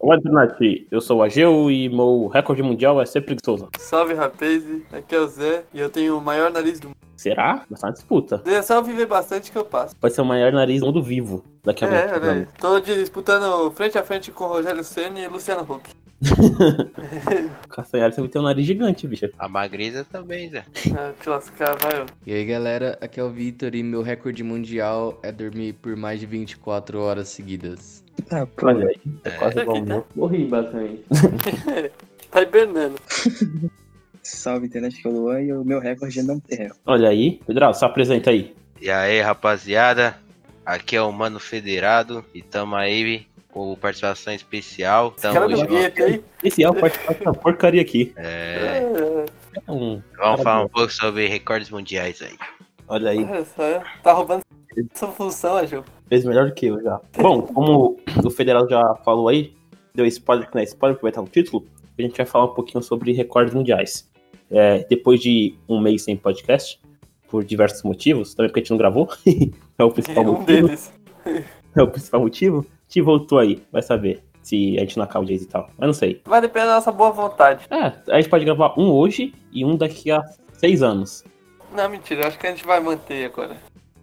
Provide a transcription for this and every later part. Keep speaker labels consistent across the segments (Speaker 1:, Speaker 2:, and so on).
Speaker 1: O Adnati, eu sou o Ageu e meu recorde mundial é ser preguiçoso.
Speaker 2: Salve, rapaz. Aqui é o Zé e eu tenho o maior nariz do mundo.
Speaker 1: Será? Vai ser uma disputa.
Speaker 2: É só viver bastante que eu passo.
Speaker 1: Pode ser o maior nariz do mundo vivo daqui
Speaker 2: É,
Speaker 1: a pouco.
Speaker 2: olha aí. Tô de- disputando frente a frente com o Rogério Senna e Luciano Huck.
Speaker 1: O Castanhari sempre tem um nariz gigante, bicho.
Speaker 3: A magreza também, Zé.
Speaker 2: Ah, te lascar, vai. ô.
Speaker 4: E aí galera, aqui é o Vitor e meu recorde mundial é dormir por mais de 24 horas seguidas.
Speaker 5: Ah,
Speaker 1: Olha aí, é quase
Speaker 2: Aqui
Speaker 1: igual o
Speaker 2: tá.
Speaker 1: meu.
Speaker 6: Morri, basicamente.
Speaker 2: Tá hibernando.
Speaker 5: Salve, internet que é o Luan, e o meu recorde é não ter recorde.
Speaker 1: Olha aí, Pedral, se apresenta aí.
Speaker 3: E aí, rapaziada. Aqui é o Mano Federado e tamo aí com participação especial.
Speaker 1: Tá
Speaker 2: Esse
Speaker 3: Tamo
Speaker 2: cara do
Speaker 3: junto.
Speaker 2: gueto aí.
Speaker 1: Esse é o parte dessa porcaria aqui.
Speaker 3: É,
Speaker 2: É,
Speaker 1: É um-
Speaker 3: vamos falar um pouco sobre recordes mundiais aí.
Speaker 1: Olha aí,
Speaker 2: olha só, tá roubando sua função, Agil.
Speaker 1: fez melhor do que eu já. Bom, como o Federal já falou aí, deu spoiler que não é spoiler, porque vai estar no título, a gente vai falar um pouquinho sobre recordes mundiais. É, depois de um mês sem podcast, por diversos motivos, também porque a gente não gravou, é o
Speaker 2: É
Speaker 1: principal
Speaker 2: um
Speaker 1: motivo.
Speaker 2: deles.
Speaker 1: É o principal motivo. Te voltou aí, vai saber se a gente não acaba o Jays e tal. Mas não sei.
Speaker 2: Vai depender da nossa boa vontade.
Speaker 1: É, a gente pode gravar um hoje e um daqui a seis anos.
Speaker 2: Não, mentira, eu acho que a gente vai manter agora.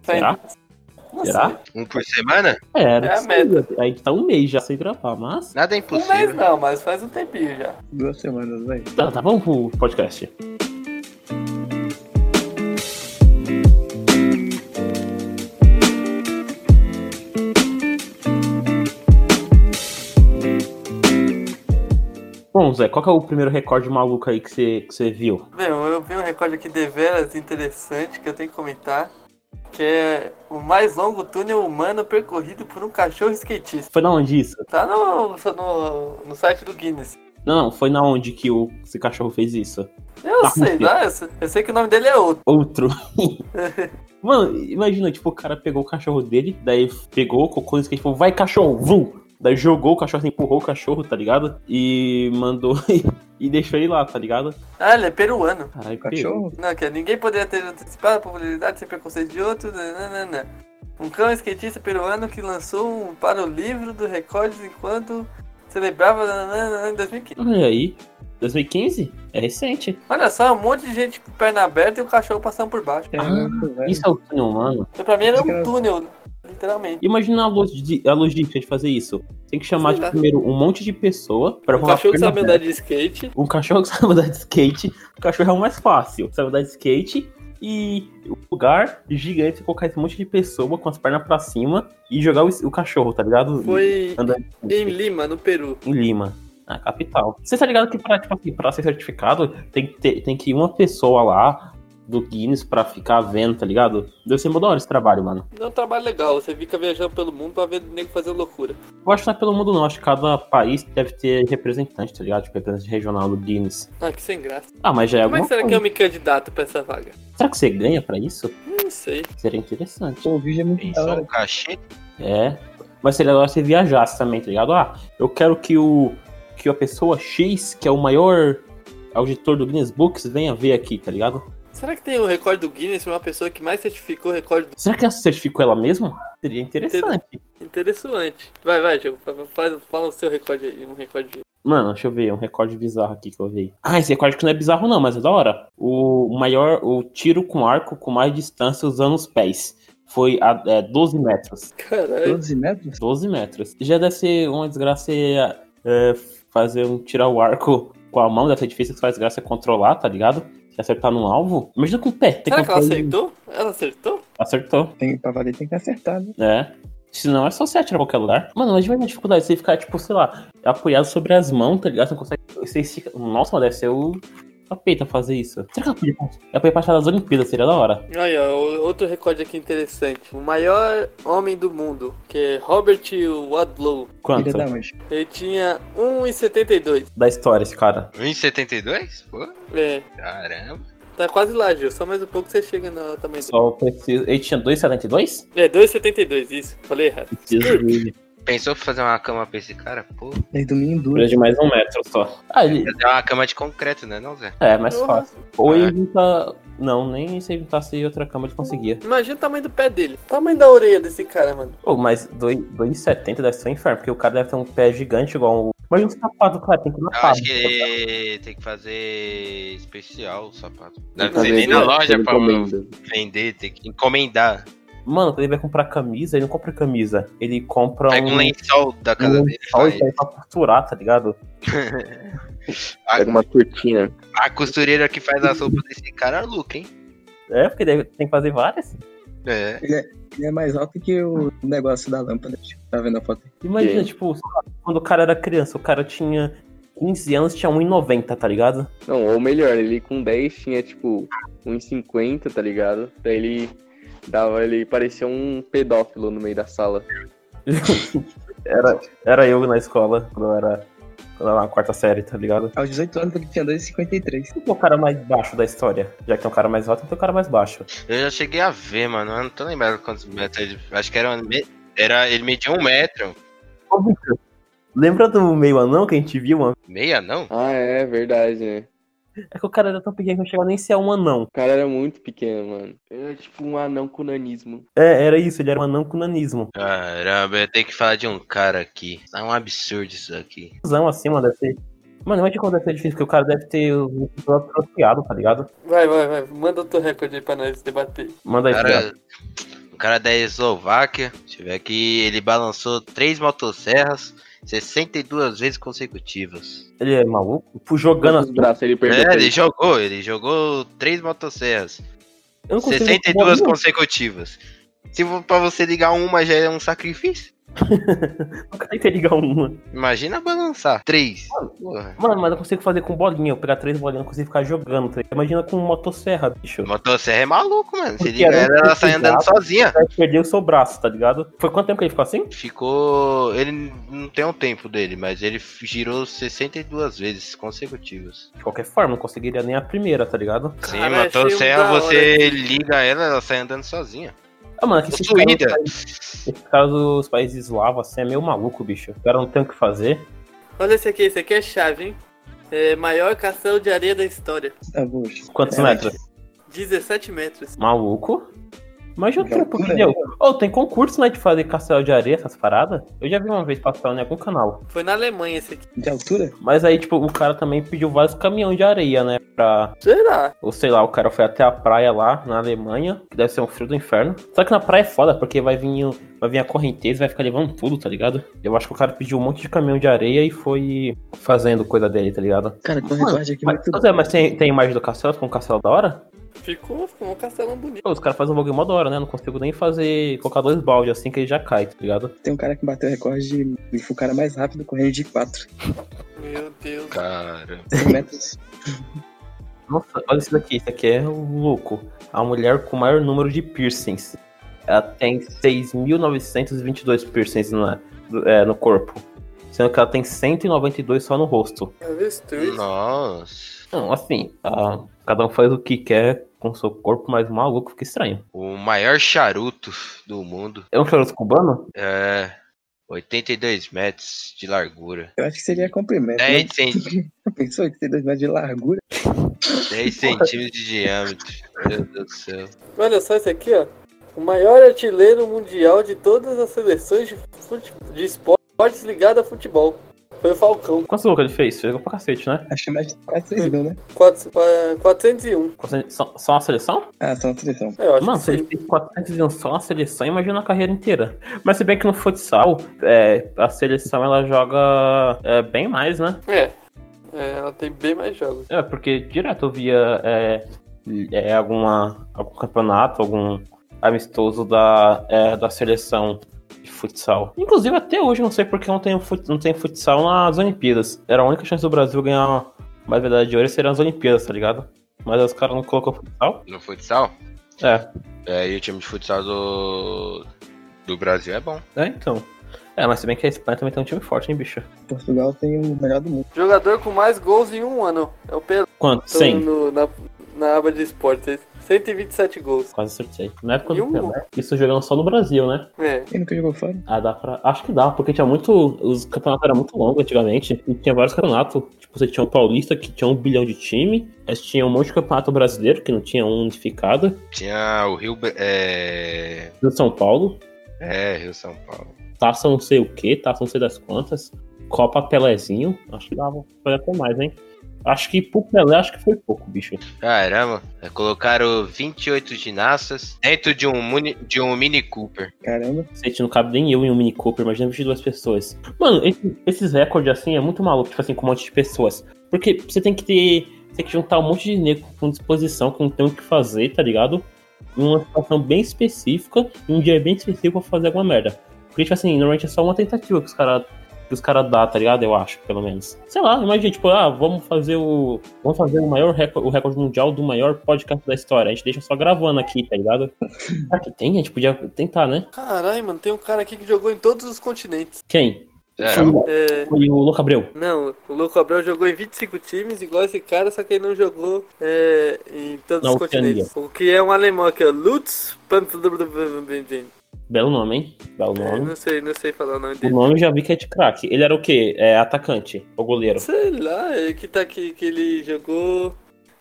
Speaker 2: Tá
Speaker 1: Será?
Speaker 2: indo- Não
Speaker 1: Será?
Speaker 2: sei.
Speaker 3: Um por semana?
Speaker 1: É, era
Speaker 2: É a
Speaker 1: isso aí. a gente tá um mês já sem gravar, mas.
Speaker 3: Nada é
Speaker 2: Um mês
Speaker 3: impossível.
Speaker 2: não, mas faz um tempinho já.
Speaker 5: Duas semanas, vai.
Speaker 1: Tá, tá bom pro podcast. Bom, Zé, qual que é o primeiro recorde maluco aí que você, que você viu?
Speaker 2: Meu, eu vi um recorde aqui de veras interessante que eu tenho que comentar. Que é o mais longo túnel humano percorrido por um cachorro skatista.
Speaker 1: Foi na onde isso?
Speaker 2: Tá no, no, no site do Guinness.
Speaker 1: Não, não, foi na onde que o, esse cachorro fez isso.
Speaker 2: Eu
Speaker 1: Tá,
Speaker 2: sei,
Speaker 1: enfim.
Speaker 2: lá, eu, sei- eu sei que o nome dele é outro.
Speaker 1: Outro. Mano, imagina, tipo, o cara pegou o cachorro dele, daí pegou, colocou no skate, falou, tipo, vai cachorro, vum! Daí jogou o cachorro, assim, empurrou o cachorro, tá ligado? E mandou, e deixou ele lá, tá ligado?
Speaker 2: Ah, ele é peruano.
Speaker 1: Caralho,
Speaker 5: Cachorro?
Speaker 2: Não, que é, ninguém poderia ter antecipado a popularidade sem preconceito de outro. né, nananana. Um cão skatista peruano que lançou um para o livro dos recordes enquanto celebrava nananana, em 2015.
Speaker 1: Olha aí, 2015? É recente.
Speaker 2: Olha só, um monte de gente com perna aberta e o cachorro passando por baixo.
Speaker 5: É,
Speaker 1: Ah,
Speaker 5: muito, velho.
Speaker 1: Isso é o túnel, mano.
Speaker 2: Então, pra mim era um
Speaker 5: Desgraça.
Speaker 2: túnel, literalmente.
Speaker 1: Imagina a, log a logística de fazer isso. Tem que chamar
Speaker 2: Sei lá.
Speaker 1: primeiro um monte de pessoa pra
Speaker 2: O
Speaker 1: rolar
Speaker 2: cachorro que
Speaker 1: perna
Speaker 2: sabe andar de skate.
Speaker 1: Um cachorro que sabe andar de skate, o cachorro é o mais fácil. Sabe andar de skate e o lugar gigante é colocar esse monte de pessoa com as pernas pra cima e jogar o, o cachorro, tá ligado?
Speaker 2: Foi
Speaker 1: Andar de skate
Speaker 2: em Lima, no Peru.
Speaker 1: em Lima, na capital. Você tá ligado que pra, tipo assim, pra ser certificado tem que, ter, tem que ir uma pessoa lá do Guinness pra ficar vendo, tá ligado? Deu ser mó da hora esse trabalho, mano.
Speaker 2: É um trabalho legal, você fica viajando pelo mundo pra ver o nego fazer loucura.
Speaker 1: Eu acho que não é pelo mundo não, acho que cada país deve ter representante, tá ligado? Tipo, representante regional do Guinness.
Speaker 2: Ah, que sem graça.
Speaker 1: Ah, mas já é
Speaker 2: Como é
Speaker 1: alguma
Speaker 2: que será que é
Speaker 1: coisa.
Speaker 2: eu me candidato pra essa vaga?
Speaker 1: Será que você ganha pra isso?
Speaker 2: Não sei.
Speaker 1: Seria interessante.
Speaker 5: Pô, o vídeo é muito da
Speaker 3: Pensou
Speaker 5: hora.
Speaker 3: um cachê?
Speaker 1: É. Mas seria legal se você viajasse também, tá ligado? Ah, eu quero que o que a pessoa X, que é o maior auditor do Guinness Books, venha ver aqui, tá ligado?
Speaker 2: Será que tem o recorde do Guinness pra uma pessoa que mais certificou o recorde do...
Speaker 1: Será que ela certificou ela mesma? Seria interessante.
Speaker 2: Interessante. Vai, vai, Diego, fa- fa- faz, fala o seu recorde aí, um recorde.
Speaker 1: Mano, deixa eu ver, um recorde bizarro aqui que eu vi. Ah, esse recorde que não é bizarro não, mas é da hora. O maior, o tiro com arco com mais distância usando os pés. Foi a é, 12 metros.
Speaker 2: Caralho.
Speaker 5: 12 metros?
Speaker 1: 12 metros. Já deve ser uma desgraça é, é, fazer um tirar o arco com a mão, deve ser difícil, que faz graça controlar, tá ligado? Se acertar num alvo. Imagina com o pé. Tem
Speaker 2: Será que ela
Speaker 1: controle-
Speaker 2: acertou? Ela acertou?
Speaker 1: Acertou,
Speaker 5: Tem, pra valer tem que acertar, né?
Speaker 1: né? Senão é só você atirar em qualquer lugar. Mano, mas vai a dificuldade você ficar, tipo, sei lá, apoiado sobre as mãos, tá ligado? Você não consegue. Você estica... Nossa, mas deve ser o. Capeta fazer isso. Será que ela podia, ela podia participar das Olimpíadas? Seria da hora.
Speaker 2: Aí, ó, o- outro recorde aqui interessante. O maior homem do mundo, que é Robert Wadlow.
Speaker 1: Quanto?
Speaker 5: Filha da mãe.
Speaker 2: Ele tinha 1,72.
Speaker 1: Da história, esse cara.
Speaker 3: 1,72? Pô,
Speaker 2: É,
Speaker 3: caramba.
Speaker 2: tá quase lá, Gil. Só mais um pouco você chega no tamanho dele.
Speaker 1: Só preciso. Ele tinha 2,72?
Speaker 2: É, 2,72, isso. Falei errado.
Speaker 1: Preciso de.
Speaker 3: Pensou pra fazer uma cama pra esse cara? Pô,
Speaker 5: Ele dormia em duas.
Speaker 1: Precisa de mais um metro só. Ah, ele,
Speaker 3: fazer uma cama de concreto, né, não, Zé?
Speaker 1: É, mais
Speaker 2: Porra.
Speaker 1: fácil. Ou
Speaker 3: É.
Speaker 1: inventa. Não, nem se inventasse outra cama ele conseguia.
Speaker 2: Imagina o tamanho do pé dele. O tamanho da orelha desse cara, mano.
Speaker 1: Pô, mas 2,70 deve ser um inferno, porque o cara deve ter um pé gigante igual o Mas e o sapato, cara, tem que ir na
Speaker 3: Eu
Speaker 1: fábrica.
Speaker 3: acho que tem que fazer especial o sapato. Deve
Speaker 1: Tá
Speaker 3: ser nem
Speaker 1: vendo?
Speaker 3: na loja
Speaker 6: Ele
Speaker 3: pra
Speaker 6: encomenda.
Speaker 3: vender, tem que encomendar.
Speaker 1: Mano, quando ele vai comprar camisa, ele não compra camisa. Ele compra
Speaker 3: Pega um lençol da casa
Speaker 1: Então, um
Speaker 3: dele e
Speaker 1: lençol e
Speaker 3: faz.
Speaker 1: sai pra costurar, tá ligado?
Speaker 6: Pega uma cortina.
Speaker 3: A costureira que faz as roupas desse cara é a Luca, hein?
Speaker 1: É, porque deve, tem que fazer várias.
Speaker 3: É.
Speaker 5: Ele é mais alto que o negócio da lâmpada. acho que Tá vendo a foto?
Speaker 1: Imagina,
Speaker 6: Sim.
Speaker 1: tipo, sei lá, quando o cara era criança, o cara tinha 15 anos, tinha 1,90, tá ligado?
Speaker 6: Não, ou melhor, ele com 10 tinha tipo 1,50, tá ligado? Daí ele dava, ele parecia um pedófilo no meio da sala.
Speaker 1: Era, era eu na escola, quando eu era, quando eu era na quarta série, tá ligado?
Speaker 5: Aos 18 anos ele tinha 2,53.
Speaker 1: Quem que é o cara mais baixo da história? Já que tem um cara mais alto, tem um cara mais baixo.
Speaker 3: Eu já cheguei a ver, mano. Eu não tô lembrado quantos metros. ele- Acho que era, um me- era. Ele media um metro.
Speaker 1: Ô, Victor, Lembra do meio anão que a gente viu, mano?
Speaker 3: Meia, não?
Speaker 6: Ah, é verdade, né?
Speaker 1: É que o cara era tão pequeno que não chegava nem a ser um anão.
Speaker 6: O cara era muito pequeno, mano. Era tipo um anão com nanismo.
Speaker 1: É, era isso, ele era um anão com nanismo.
Speaker 3: Caramba, eu tenho que falar de um cara aqui. Tá um absurdo isso aqui.
Speaker 1: Cusão assim, mano, deve ser. Mano, imagina como deve ser difícil, porque o cara deve ter o músculo atrofiado, tá ligado?
Speaker 2: Vai, vai, vai. Manda outro recorde aí pra nós debater.
Speaker 1: Manda Tá aí, cara.
Speaker 3: Cara, um cara da Eslováquia. Deixa eu ver aqui. Ele balançou três motosserras 62 vezes consecutivas.
Speaker 1: Ele é maluco? Pô, Jogando
Speaker 6: Os
Speaker 1: assim.
Speaker 6: braços ele perdeu.
Speaker 3: É,
Speaker 6: pra
Speaker 3: ele
Speaker 6: ele.
Speaker 3: jogou. Ele jogou três motosserras.
Speaker 1: Eu não consigo.
Speaker 3: 62 consecutivas. Se vo- pra você ligar uma já é um sacrifício.
Speaker 1: Nunca tentei ligar uma.
Speaker 3: Imagina balançar. Três. Porra.
Speaker 1: Mano, mas eu consigo fazer com bolinha. Eu pegar três bolinhas, eu consigo ficar jogando. tá ligado? Imagina com motosserra, bicho.
Speaker 3: Motosserra é maluco, mano. Se
Speaker 1: Porque
Speaker 3: liga
Speaker 1: era um
Speaker 3: ela, ela sai andando
Speaker 1: precisava.
Speaker 3: sozinha.
Speaker 1: Vai perder o seu braço, tá ligado? Foi quanto tempo que ele ficou assim?
Speaker 3: Ficou. Ele não tem um tempo dele, mas ele f- girou 62 vezes consecutivas.
Speaker 1: De qualquer forma, não conseguiria nem a primeira, tá ligado?
Speaker 3: Sim,
Speaker 2: Cara, achei um
Speaker 3: motosserra,
Speaker 2: da hora
Speaker 3: você liga ela, ela sai andando sozinha.
Speaker 1: Ah, mano, que esses caras,
Speaker 3: Possuída.
Speaker 1: esses caras dos países eslavos, assim, é meio maluco, bicho. O cara não tem o que fazer.
Speaker 2: Olha esse aqui, esse aqui é chave, hein? É maior castelo de areia da história.
Speaker 5: Tá roxo.
Speaker 1: Quantos
Speaker 5: É,
Speaker 1: metros?
Speaker 2: 17 metros.
Speaker 1: Maluco? Imagina o
Speaker 5: Que
Speaker 1: tempo que
Speaker 5: altura,
Speaker 1: deu. Ô, tem concurso, né, de fazer castelo de areia, essas paradas? Eu já vi uma vez passando em algum canal.
Speaker 2: Foi na Alemanha esse aqui.
Speaker 5: De altura?
Speaker 1: Mas aí, tipo, o cara também pediu vários caminhões de areia, né, pra...
Speaker 2: Será?
Speaker 1: Ou sei lá, o cara foi até a praia lá, na Alemanha, que deve ser um frio do inferno. Só que na praia é foda, porque vai vir, o- vai vir a correnteza e vai ficar levando tudo, tá ligado? Eu acho que o cara pediu um monte de caminhão de areia e foi fazendo coisa dele, tá ligado?
Speaker 5: Cara, tem um
Speaker 1: Mano,
Speaker 5: recorde aqui
Speaker 1: Mas,
Speaker 5: muito.
Speaker 1: mas é, mas tem, tem imagem do castelo, ficou um castelo da hora?
Speaker 2: Ficou, ficou um castelão bonito.
Speaker 1: Pô, os caras fazem um bagulho mó da hora, né? Não consigo nem fazer, colocar dois baldes assim que ele já cai, tá ligado?
Speaker 5: Tem um cara que bateu o recorde de. Ele foi o cara mais rápido correndo de 4.
Speaker 2: Meu Deus.
Speaker 3: Cara.
Speaker 5: 100 metros.
Speaker 1: Nossa, olha isso daqui, isso aqui é louco. A mulher com o maior número de piercings. Ela tem 6.922 piercings na, do- é, no corpo. Sendo que ela tem 192 só no rosto.
Speaker 2: Avestruz.
Speaker 3: Nossa.
Speaker 1: Não, assim, a- cada um faz o que quer com o seu corpo, mas maluco fica estranho.
Speaker 3: O maior charuto do mundo.
Speaker 1: É um charuto cubano?
Speaker 3: É. 82 metros de largura.
Speaker 5: Eu acho que seria
Speaker 1: É
Speaker 5: comprimento. né?
Speaker 3: 10, cen-
Speaker 5: Pensou 82 metros de largura?
Speaker 3: 10 centímetros de diâmetro. Meu Deus do céu.
Speaker 2: Olha só esse aqui, ó. O maior artilheiro mundial de todas as seleções de, fute... de esportes ligado a futebol. Foi o Falcão.
Speaker 1: Quantos gols que ele fez? Fez gol pra cacete, né?
Speaker 5: Acho que mais de quase 3 mil, né?
Speaker 2: Quatro- qua- 401.
Speaker 1: Só, só uma seleção?
Speaker 5: Ah, só uma seleção.
Speaker 2: É, Eu acho
Speaker 1: Mano,
Speaker 2: que
Speaker 1: se ele
Speaker 2: sim.
Speaker 1: fez 400 anos só na seleção, imagina a carreira inteira. Mas se bem que no futsal, é, a seleção ela joga é, bem mais, né?
Speaker 2: É. É, ela tem bem mais jogos.
Speaker 1: É, porque direto eu via é, é, alguma, algum campeonato, algum amistoso da, é, da seleção de futsal. Inclusive até hoje eu não sei porque não tem, fut- não tem futsal nas Olimpíadas. Era a única chance do Brasil ganhar mais medalha de ouro seria nas Olimpíadas, tá ligado? Mas os caras não colocaram futsal?
Speaker 3: No futsal?
Speaker 1: É.
Speaker 3: É, e o time de futsal do, do Brasil é bom.
Speaker 1: É, então. É, mas se bem que a Espanha também tem um time forte, hein, bicho?
Speaker 5: Portugal tem o melhor do mundo.
Speaker 2: Jogador com mais gols em um ano. É o Pelé.
Speaker 1: Quanto?
Speaker 2: Tô
Speaker 1: 100?
Speaker 2: no- na, na aba de esportes. 127 gols.
Speaker 1: Quase acertei. Na época do
Speaker 2: E um
Speaker 1: Pelé, isso jogando só no Brasil, né?
Speaker 2: É.
Speaker 5: Ele nunca jogou fora?
Speaker 1: Ah, dá pra... Acho que dá, porque tinha muito... Os campeonatos eram muito longos antigamente. E tinha vários campeonatos. Tipo, você tinha o Paulista, que tinha um bilhão de time. Mas tinha um monte de campeonato brasileiro, que não tinha um unificado.
Speaker 3: Tinha o Rio. Bra- É,
Speaker 1: Do São Paulo.
Speaker 3: é Rio São Paulo.
Speaker 1: Taça não sei o que, taça não sei das quantas. Copa Pelezinho, acho que dava foi até mais, hein? Acho que pro Pelé, acho que foi pouco, bicho.
Speaker 3: Caramba, é, colocaram 28 ginastas dentro de um, muni- de um Mini Cooper.
Speaker 5: Caramba.
Speaker 1: Cacete, não cabe nem eu em um Mini Cooper, imagina 22 pessoas. Mano, esse- esses recordes assim é muito maluco, tipo assim, com um monte de pessoas. Porque você tem que ter. Você tem que juntar um monte de nego com disposição, que não tem o que fazer, tá ligado? Em uma situação bem específica, em um dia bem específico pra fazer alguma merda. Porque, tipo assim, normalmente é só uma tentativa que os caras. Que os caras dá, tá ligado? Eu acho, pelo menos. Sei lá, imagina, tipo, ah, vamos fazer o. Vamos fazer o maior recorde, o recorde mundial do maior podcast da história. A gente deixa só gravando aqui, tá ligado? Será que tem? A gente podia tentar, né?
Speaker 2: Caralho, mano, tem um cara aqui que jogou em todos os continentes.
Speaker 1: Quem?
Speaker 3: Caramba.
Speaker 2: É,
Speaker 1: Foi o Louco Abreu.
Speaker 2: não, o Louco Abreu jogou em 25 times, igual esse cara, só que ele não jogou é, em todos
Speaker 1: Na
Speaker 2: os continentes. O que é um alemão aqui, ó. Lutz Pant-
Speaker 1: Belo nome, hein? Belo
Speaker 2: É,
Speaker 1: nome.
Speaker 2: Não sei, não sei falar o nome
Speaker 1: O
Speaker 2: dele.
Speaker 1: nome eu já vi que é de craque. Ele era o quê? É atacante ou goleiro?
Speaker 2: Sei lá, é que tá aqui, que ele jogou.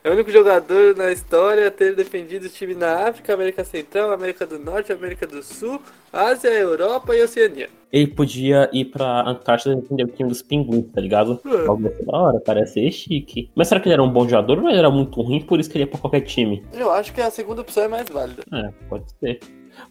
Speaker 2: É o único jogador na história a ter defendido o time na África, América Central, América do Norte, América do Sul, Ásia, Europa e Oceania.
Speaker 1: Ele podia ir pra Antártida e defender o time dos pinguins, tá ligado?
Speaker 2: É.
Speaker 1: Algo assim da hora, parece ser chique. Mas será que ele era um bom jogador ou ele era muito ruim, por isso que ele ia pra qualquer time?
Speaker 2: Eu acho que a segunda opção é mais válida.
Speaker 1: É, pode ser.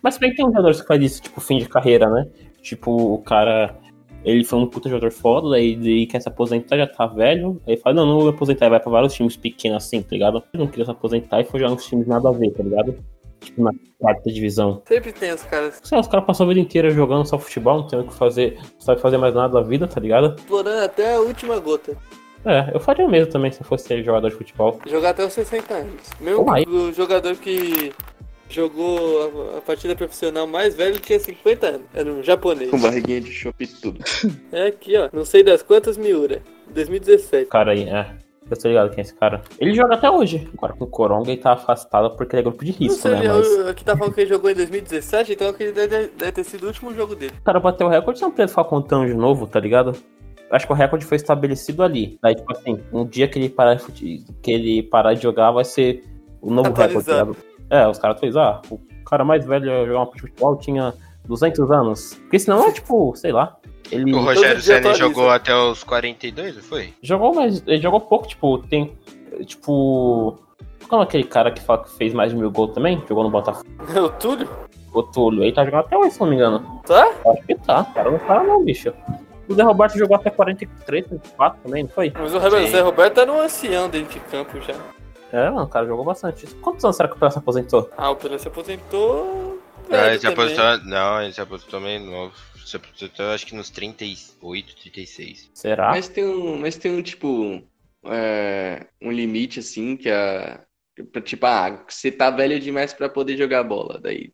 Speaker 1: Mas se bem que tem um jogador que faz isso, tipo, fim de carreira, né? Tipo, o cara. Ele foi um puta jogador foda, daí ele quer se aposentar, já tá velho. Aí ele fala, não, não vou me aposentar, e vai pra vários times pequenos assim, tá ligado? Ele não queria se aposentar e foi jogar uns times nada a ver, tá ligado? Tipo, na quarta divisão.
Speaker 2: Sempre tem os caras
Speaker 1: Sei lá, os caras passam a vida inteira jogando só futebol, não tem o que fazer, não sabe fazer mais nada da vida, tá ligado?
Speaker 2: explorando até a última gota.
Speaker 1: É, eu faria o mesmo também se eu fosse jogador de futebol.
Speaker 2: Jogar até os 60 anos. Mesmo
Speaker 1: Uai.
Speaker 2: que o jogador que jogou a, a partida profissional mais velho tinha 50 anos. Era um japonês.
Speaker 6: Com barriguinha de chopp e tudo.
Speaker 2: É aqui, ó. Não sei das quantas Miura. 2017.
Speaker 1: O cara aí, é. Eu tô ligado quem é esse cara. Ele joga até hoje. Agora com o Coronga ele tá afastado porque ele é grupo de
Speaker 2: Não
Speaker 1: risco,
Speaker 2: sei,
Speaker 1: né?
Speaker 2: eu-
Speaker 1: Mas
Speaker 2: eu- aqui tá falando que ele jogou em 2017, então aquele deve, deve ter sido o último jogo dele.
Speaker 1: o cara bateu o recorde, não precisa ficar contando de novo, tá ligado? Acho que o recorde foi estabelecido ali. Daí, tipo assim, um dia que ele parar, de fute- que ele parar de jogar vai ser o novo recorde. tá
Speaker 2: Atualizado.
Speaker 1: ligado? É, os caras fez, ah, o cara mais velho a jogar uma partida de futebol tinha 200 anos. Porque senão é tipo, sei lá. Ele
Speaker 3: O Rogério
Speaker 2: Todo dia
Speaker 3: Senna
Speaker 2: atualiza.
Speaker 3: jogou até os 42, não foi?
Speaker 1: Jogou, mas ele jogou pouco, tipo, tem. Tipo. Como aquele cara que, fala que fez mais de mil gols também? Jogou no Botafogo.
Speaker 2: É o Túlio?
Speaker 1: O Túlio. Ele tá jogando até hoje, se não me engano.
Speaker 2: Tá?
Speaker 1: Acho que tá. O cara não para não, bicho. O Zé Roberto jogou até 43, 44 também, não foi?
Speaker 2: Mas o Roberto,
Speaker 3: Sim.
Speaker 2: Zé Roberto era um ancião dentro de campo já.
Speaker 1: É, mano, o cara jogou bastante. Quantos anos será que o Pelé se aposentou?
Speaker 2: Ah, o Pelé se aposentou.
Speaker 3: Não,
Speaker 2: velho
Speaker 3: Ah, ele se
Speaker 2: também.
Speaker 3: aposentou, não, ele se aposentou meio novo. Se aposentou acho que nos 38, 36.
Speaker 1: Será?
Speaker 6: Mas tem um, mas tem um tipo, é, um limite assim que a tipo, ah, você tá velho demais pra poder jogar bola, daí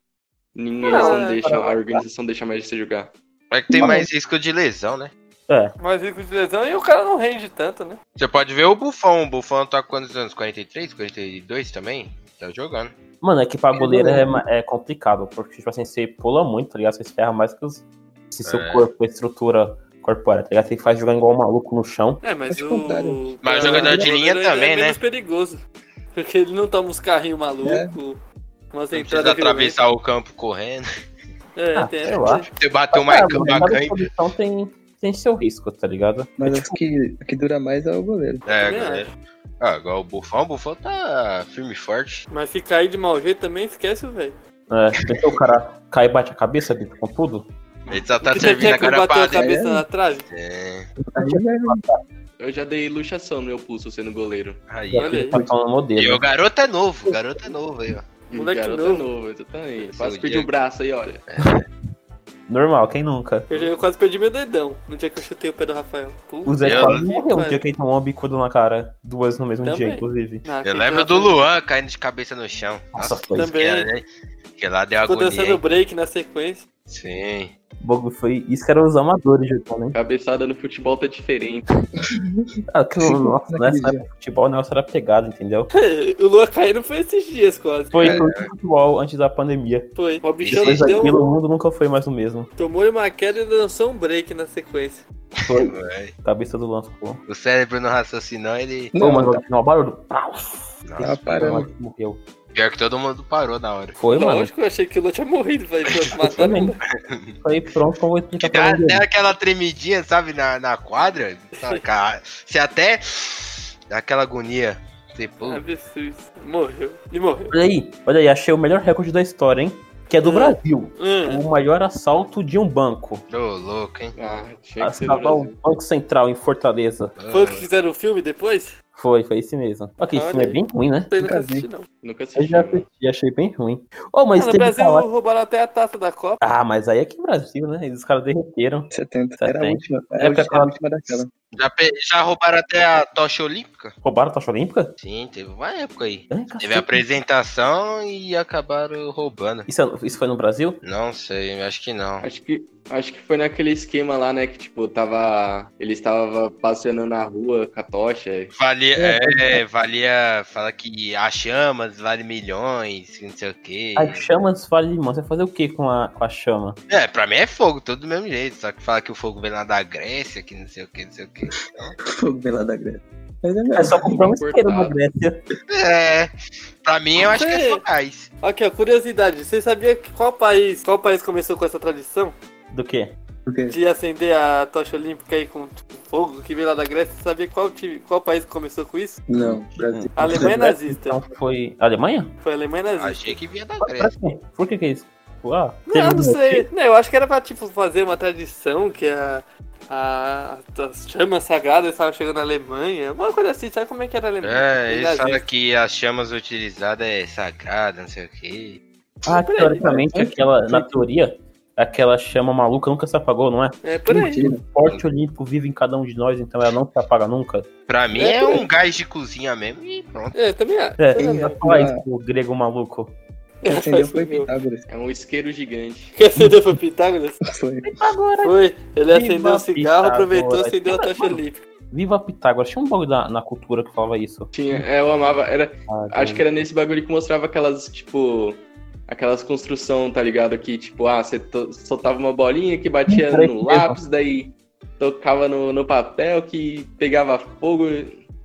Speaker 2: Não,
Speaker 6: ninguém não
Speaker 2: é,
Speaker 6: deixa, a organização deixa mais de você jogar.
Speaker 3: É que tem
Speaker 1: Tá
Speaker 3: mais risco de lesão, né?
Speaker 2: Mas rico de lesão e o cara não rende tanto, né?
Speaker 3: Você pode ver o Buffon. O Buffon tá com quantos anos? 43, 42 também? Tá jogando.
Speaker 1: Mano, é que pra goleiro é, ma- é complicado, porque, tipo assim, você pula muito, tá ligado? Você se ferra mais que os, se seu
Speaker 3: É.
Speaker 1: corpo, estrutura corpórea, tá ligado? Você faz jogar igual um maluco no chão.
Speaker 2: É, mas
Speaker 5: Acho
Speaker 2: o.
Speaker 5: contrário.
Speaker 3: Mas
Speaker 2: o
Speaker 3: jogador de
Speaker 2: goleiro
Speaker 3: linha
Speaker 2: ainda
Speaker 3: também,
Speaker 2: é
Speaker 3: né?
Speaker 2: menos perigoso. Porque ele não toma uns carrinhos malucos. Umas
Speaker 3: Não precisa
Speaker 2: entradas. violentas.
Speaker 3: atravessar o campo correndo.
Speaker 2: É,
Speaker 1: Ah,
Speaker 2: tem
Speaker 1: sei
Speaker 2: essa
Speaker 1: lá.
Speaker 2: coisa.
Speaker 3: Você bateu uma
Speaker 1: Cara,
Speaker 3: cama
Speaker 1: cada
Speaker 3: canha.
Speaker 1: posição tem, tem seu risco, tá ligado?
Speaker 5: Mas
Speaker 1: É
Speaker 5: acho que o que dura mais é o goleiro.
Speaker 3: É,
Speaker 2: também
Speaker 1: né?
Speaker 3: galera. Ah, agora o Buffon, o Buffon tá firme e forte.
Speaker 2: Mas se cair de mau jeito também, esquece o
Speaker 3: Tá
Speaker 2: velho.
Speaker 1: É, porque o cara cai e bate a cabeça bicho, com tudo.
Speaker 3: Ele só tá
Speaker 2: Porque você
Speaker 3: servindo
Speaker 2: quer que eu
Speaker 3: agora
Speaker 2: bateu
Speaker 3: pra
Speaker 2: a cabeça
Speaker 5: É.
Speaker 2: na trave?
Speaker 3: É.
Speaker 5: Aí é
Speaker 6: Eu já dei luxação no meu pulso sendo goleiro.
Speaker 3: Aí.
Speaker 2: Olha aí.
Speaker 1: Ele tá falando modelo.
Speaker 3: E o garoto é novo, o garoto é novo aí, ó.
Speaker 2: Moleque
Speaker 6: Garoto
Speaker 2: novo.
Speaker 6: é novo, exatamente.
Speaker 3: Esse é
Speaker 6: Quase
Speaker 3: o
Speaker 6: perdi
Speaker 3: dia
Speaker 6: o braço aí, olha.
Speaker 1: Normal, quem nunca?
Speaker 2: Eu, já- eu quase perdi meu dedão no dia que eu chutei o pé do Rafael. Puta
Speaker 1: O Zé
Speaker 3: Eu-
Speaker 1: quase morreu o
Speaker 2: Mano.
Speaker 1: dia que ele tomou um uma bicuda na cara. Duas no mesmo dia,
Speaker 2: Também.
Speaker 1: inclusive.
Speaker 2: Ah,
Speaker 3: Eu
Speaker 2: que
Speaker 3: lembro do
Speaker 2: dança-
Speaker 3: Luan caindo de cabeça no chão.
Speaker 1: Nossa,
Speaker 3: Nossa,
Speaker 1: foi.
Speaker 2: também.
Speaker 3: que era, né? Que lá deu
Speaker 2: Ficou
Speaker 3: agonia.
Speaker 2: dançando
Speaker 3: hein?
Speaker 2: break na sequência.
Speaker 3: Sim.
Speaker 1: O bagulho foi. Isso que eram os amadores jogando, né?
Speaker 6: Cabeçada no futebol tá diferente.
Speaker 1: Ah, que, nossa,
Speaker 5: Naquele
Speaker 1: nessa época, futebol o negócio era pegado, entendeu?
Speaker 2: o Lua caindo foi esses dias quase.
Speaker 1: Foi
Speaker 3: É.
Speaker 1: o último futebol antes da pandemia.
Speaker 2: Foi. O bichão
Speaker 1: Depois
Speaker 2: deu,
Speaker 1: daquilo, o mundo nunca foi mais o mesmo.
Speaker 2: tomou uma queda e dançou um break na sequência.
Speaker 3: Vai.
Speaker 1: Cabeça do lance, pô.
Speaker 3: O cérebro não raciocinou, ele.
Speaker 1: Pô,
Speaker 5: Não,
Speaker 1: mas
Speaker 5: tá-
Speaker 1: o barulho. Pau!
Speaker 5: tá
Speaker 3: Nossa,
Speaker 5: parando.
Speaker 1: Morreu.
Speaker 3: Pior que todo mundo parou na hora.
Speaker 1: Foi,
Speaker 2: Da
Speaker 1: mano.
Speaker 2: onde que eu achei que o Lula tinha morrido? Falei, pô, mataram
Speaker 1: Também.
Speaker 2: o
Speaker 1: Foi pronto, eu vou explicar
Speaker 3: Dá
Speaker 1: pra
Speaker 3: até
Speaker 1: ele.
Speaker 3: aquela tremidinha, sabe, na, na quadra. Tá, cara, Você até. Dá aquela agonia. Você, pô,
Speaker 2: Lula. Absurdo. Morreu. E morreu.
Speaker 1: Olha aí, olha aí, achei o melhor recorde da história, hein? Que é do
Speaker 2: Hum.
Speaker 1: Brasil.
Speaker 2: Hum.
Speaker 1: O maior assalto de um banco.
Speaker 3: tô louco, hein?
Speaker 6: Ah, tinha que ser do
Speaker 1: Assaltar o
Speaker 6: Brasil.
Speaker 1: Banco Central em Fortaleza.
Speaker 2: Foi o que fizeram o filme depois?
Speaker 1: Foi, foi esse mesmo. Ok, esse
Speaker 2: Olha
Speaker 1: filme é
Speaker 2: aí.
Speaker 1: bem ruim, né?
Speaker 2: Isso aí nunca
Speaker 5: Nunca vi.
Speaker 2: assisti, não.
Speaker 6: Nunca
Speaker 1: Eu
Speaker 6: assisti. né?
Speaker 1: já
Speaker 6: mano.
Speaker 1: assisti, achei bem ruim. Oh, mas
Speaker 2: Mas o
Speaker 1: teve
Speaker 2: Ah, Brasil
Speaker 1: da hora-
Speaker 2: roubaram até a taça da Copa.
Speaker 1: Ah, mas aí é que Brasil, né? Os caras derreteram.
Speaker 5: 70. Era a
Speaker 1: 70.
Speaker 5: última.
Speaker 1: É
Speaker 5: Era a
Speaker 1: porque
Speaker 5: última, era a
Speaker 1: aquela-
Speaker 5: última daquela.
Speaker 3: Já, pe- já roubaram até a tocha olímpica?
Speaker 1: Roubaram a tocha olímpica?
Speaker 3: Sim, teve uma época aí.
Speaker 1: Ai,
Speaker 3: Teve
Speaker 1: cacete.
Speaker 3: a apresentação e acabaram roubando.
Speaker 1: Isso, é- isso foi no Brasil?
Speaker 3: Não sei, acho que não.
Speaker 6: Acho que, acho que foi naquele esquema lá, né? Que, tipo, tava. Ele estava passeando na rua com a tocha.
Speaker 3: Valia, é, valia, fala que as chamas vale milhões, que não sei o quê.
Speaker 1: As chamas falham de mão. Você vai fazer o que com a, com a chama?
Speaker 3: É, pra mim é fogo, tudo do mesmo jeito. Só que fala que o fogo vem lá da Grécia, que não sei o que, não sei o que.
Speaker 5: Fogo Vela da Grécia. Mas é
Speaker 1: É
Speaker 5: mesmo.
Speaker 1: só comprar um isqueiro na
Speaker 6: Importado.
Speaker 1: Grécia.
Speaker 3: É, pra mim eu acho que é
Speaker 2: Sei.
Speaker 3: só gás.
Speaker 2: Aqui, ó, curiosidade. Você sabia que qual país, qual país começou com essa tradição
Speaker 1: Do quê?
Speaker 5: Porque
Speaker 2: de acender a tocha olímpica aí com tipo, fogo que veio lá da Grécia? Você sabia qual time, qual país começou com isso?
Speaker 5: Não, Brasil.
Speaker 2: A Alemanha nazista.
Speaker 1: Então foi. Alemanha?
Speaker 2: Foi a Alemanha nazista.
Speaker 3: Achei que vinha da
Speaker 1: Pra
Speaker 3: Grécia.
Speaker 1: quê? Por que que é isso? Ah,
Speaker 2: Não, não
Speaker 1: um-
Speaker 2: sei. Não, eu acho que era pra, tipo, fazer uma tradição que a, a, as chamas sagradas estavam chegando na Alemanha. Uma coisa assim, sabe como é que era a Alemanha?
Speaker 3: É,
Speaker 2: Nazista.
Speaker 3: eles falam que as chamas utilizadas é sagrada, não sei o que.
Speaker 1: Ah, teoricamente, aquela, na teoria, aquela chama maluca nunca se apagou, não é?
Speaker 2: É por aí.
Speaker 1: O forte olímpico vive em cada um de nós, então ela não se apaga nunca.
Speaker 3: Pra mim é um gás de cozinha mesmo e pronto.
Speaker 2: É, também acho.
Speaker 1: É,
Speaker 2: também
Speaker 5: e-
Speaker 2: acho.
Speaker 1: Olha isso, o grego maluco.
Speaker 5: Quem acendeu foi
Speaker 2: Meu.
Speaker 5: Pitágoras.
Speaker 6: É um isqueiro gigante.
Speaker 2: Quem acendeu foi Pitágoras?
Speaker 5: Foi.
Speaker 2: Foi. Ele acendeu
Speaker 1: Viva
Speaker 2: o cigarro, aproveitou,
Speaker 1: Pitágoras.
Speaker 2: acendeu a tocha olímpica.
Speaker 1: Viva Pitágoras, tinha um bagulho da- na cultura que falava isso.
Speaker 6: Tinha, é, eu amava. Era,
Speaker 1: Ah,
Speaker 6: acho que era nesse bagulho que mostrava aquelas, tipo. Aquelas construção, tá ligado? Que, tipo, ah, você to- soltava uma bolinha que batia
Speaker 1: Hum, peraí,
Speaker 6: no
Speaker 1: mesmo.
Speaker 6: lápis, daí tocava no, no papel que pegava fogo.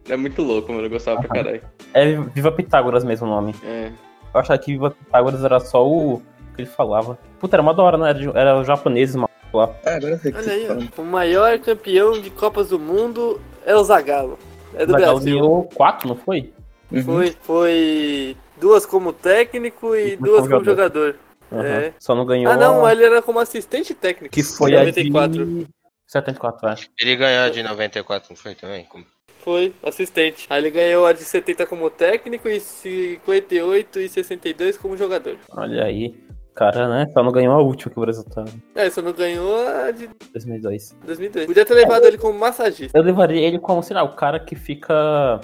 Speaker 6: É muito louco, mano. Eu gostava pra caralho.
Speaker 1: É Viva Pitágoras mesmo o nome.
Speaker 6: É.
Speaker 1: Eu achava que Viva Pitágoras era só o que ele falava. Puta, era uma da hora, né? Era, de- era os japoneses, mano.
Speaker 5: Ah, agora eu sei o que
Speaker 2: Olha
Speaker 5: você
Speaker 2: aí,
Speaker 5: tá falando.
Speaker 2: ó. O maior campeão de Copas do Mundo é o Zagallo. É do
Speaker 1: Zagal
Speaker 2: Brasil.
Speaker 1: ganhou quatro, não foi?
Speaker 5: Uhum.
Speaker 1: um
Speaker 2: Foi, foi duas como técnico e
Speaker 1: E
Speaker 2: duas como jogador.
Speaker 1: Aham.
Speaker 2: É.
Speaker 1: Uhum. Só não ganhou.
Speaker 2: Ah, não, ele era como assistente técnico.
Speaker 1: um Que foi
Speaker 2: em
Speaker 1: a
Speaker 2: 94.
Speaker 1: de... 74, acho.
Speaker 3: Ele ganhou a de 94, não foi também? Como-
Speaker 2: Foi, assistente. Aí ele ganhou a de 70 como técnico e 58 e 62 como jogador.
Speaker 1: Olha aí. Cara, né? Só não ganhou a última que o Brasil tá.
Speaker 2: É, só não ganhou a de
Speaker 1: 2002.
Speaker 2: 2002. Podia ter levado ele como massagista.
Speaker 1: Eu levaria ele como, sei lá, o cara que fica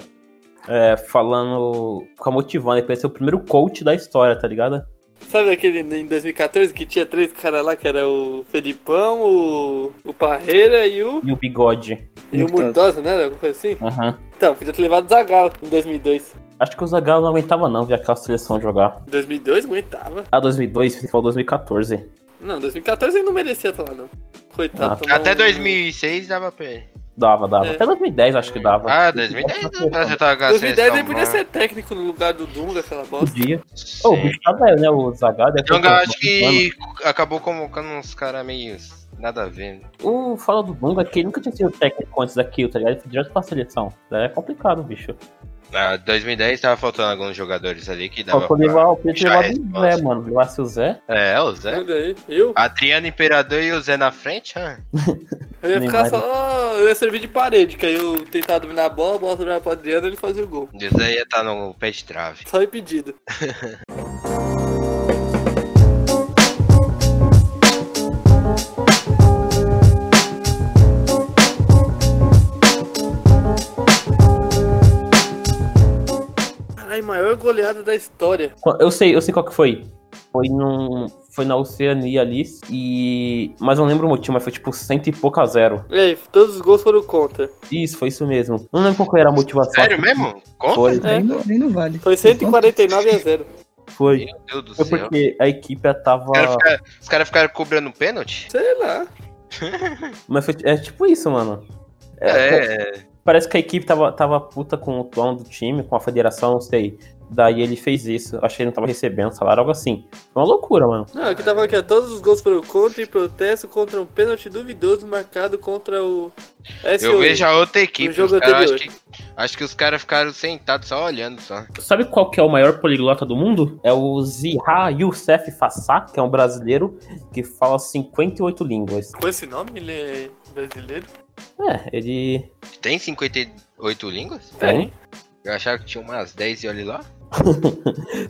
Speaker 1: é, falando, fica motivando. Ele parece ser o primeiro coach da história, tá ligado?
Speaker 2: Sabe aquele em 2014 que tinha três caras lá, que era o Felipão, o, o Parreira e o,
Speaker 1: E o bigode.
Speaker 2: e o Murtosa, né? Alguma coisa assim?
Speaker 1: Aham.
Speaker 2: Então, podia ter levado o Zagallo em 2002.
Speaker 1: Acho que o Zagallo não aguentava não ver aquela seleção jogar.
Speaker 2: 2002 aguentava.
Speaker 1: Ah, 2002, principal 2014.
Speaker 2: Não, 2014 ele não merecia estar lá, não. Coitado.
Speaker 1: Ah.
Speaker 2: tomou
Speaker 3: Até
Speaker 2: um-
Speaker 3: 2006 dava pra ele.
Speaker 1: Dava, dava.
Speaker 2: É.
Speaker 1: Até 2010 acho que dava.
Speaker 3: Ah, 2010 o Brasil tava com a
Speaker 2: 2010 ele
Speaker 3: seleção.
Speaker 2: podia
Speaker 3: mano.
Speaker 2: ser técnico no lugar do Dunga, aquela bosta.
Speaker 1: Podia.
Speaker 3: Sim.
Speaker 1: Ô, o bicho tá velho, né? O Zagallo. deve ter
Speaker 3: Dunga, eu
Speaker 1: uns
Speaker 3: acho
Speaker 1: 90
Speaker 3: que acabou convocando uns caras meio nada a ver. né?
Speaker 1: anos. O fala do Dunga que ele nunca tinha sido técnico antes daquilo, tá ligado? Ele foi direto pra seleção. É complicado, bicho.
Speaker 3: Ah, 2010 tava faltando alguns jogadores ali que dava.
Speaker 1: Faltou
Speaker 3: pra- é
Speaker 1: levar o Pedro levar
Speaker 3: puxar a
Speaker 1: o
Speaker 3: resposta.
Speaker 1: Zé, mano. Levasse o Zé.
Speaker 3: É, o Zé.
Speaker 2: Olha aí, eu?
Speaker 3: Adriano Imperador e o Zé na frente, ah.
Speaker 2: Eu ia ficar
Speaker 1: Neymar.
Speaker 2: só. Eu ia servir de parede, que aí eu tentava dominar a bola, a bola sobrava pro Adriano e ele fazia o gol.
Speaker 3: O Zé ia estar no pé de trave.
Speaker 2: Só impedido. Caralho, maior goleada da história.
Speaker 1: Qua- Eu sei, eu sei qual que foi. Foi num. Foi na Oceania ali e. Mas eu não lembro o motivo, mas foi tipo cento e pouco a zero.
Speaker 2: E aí, todos os gols foram contra.
Speaker 1: Isso, foi isso mesmo. Não lembro qual que era a motivação.
Speaker 3: Sério mesmo? Conta?
Speaker 1: Foi,
Speaker 2: É.
Speaker 5: Nem, no, nem no vale.
Speaker 2: Foi 149 a 0.
Speaker 1: foi.
Speaker 3: Meu Deus do
Speaker 1: Foi
Speaker 3: céu.
Speaker 1: porque a equipe ela tava.
Speaker 3: Os caras ficaram- Os caras ficaram cobrando pênalti?
Speaker 2: Sei lá.
Speaker 1: Mas foi, é tipo isso, mano. É,
Speaker 3: É,
Speaker 1: Parece que a equipe tava, tava puta com o dono do time, com a federação, não sei. Daí ele fez isso. Acho que ele não tava recebendo salário, algo assim. Foi uma loucura, mano.
Speaker 2: Não, aqui tá falando que é todos os gols foram contra e protesto contra um pênalti duvidoso marcado contra o
Speaker 3: Eu
Speaker 2: SU.
Speaker 3: vejo a outra equipe.
Speaker 2: no jogo
Speaker 3: os caras- acho,
Speaker 2: anterior.
Speaker 3: que, acho que os caras ficaram sentados só olhando só.
Speaker 1: Sabe qual que é o maior poliglota do mundo? É o Ziha Youssef Fassá, que é um brasileiro que fala 58 línguas.
Speaker 2: Com esse nome, ele é brasileiro?
Speaker 1: É, ele
Speaker 3: Tem 58 línguas?
Speaker 1: tem.
Speaker 3: Eu achava que tinha umas 10 e olha lá.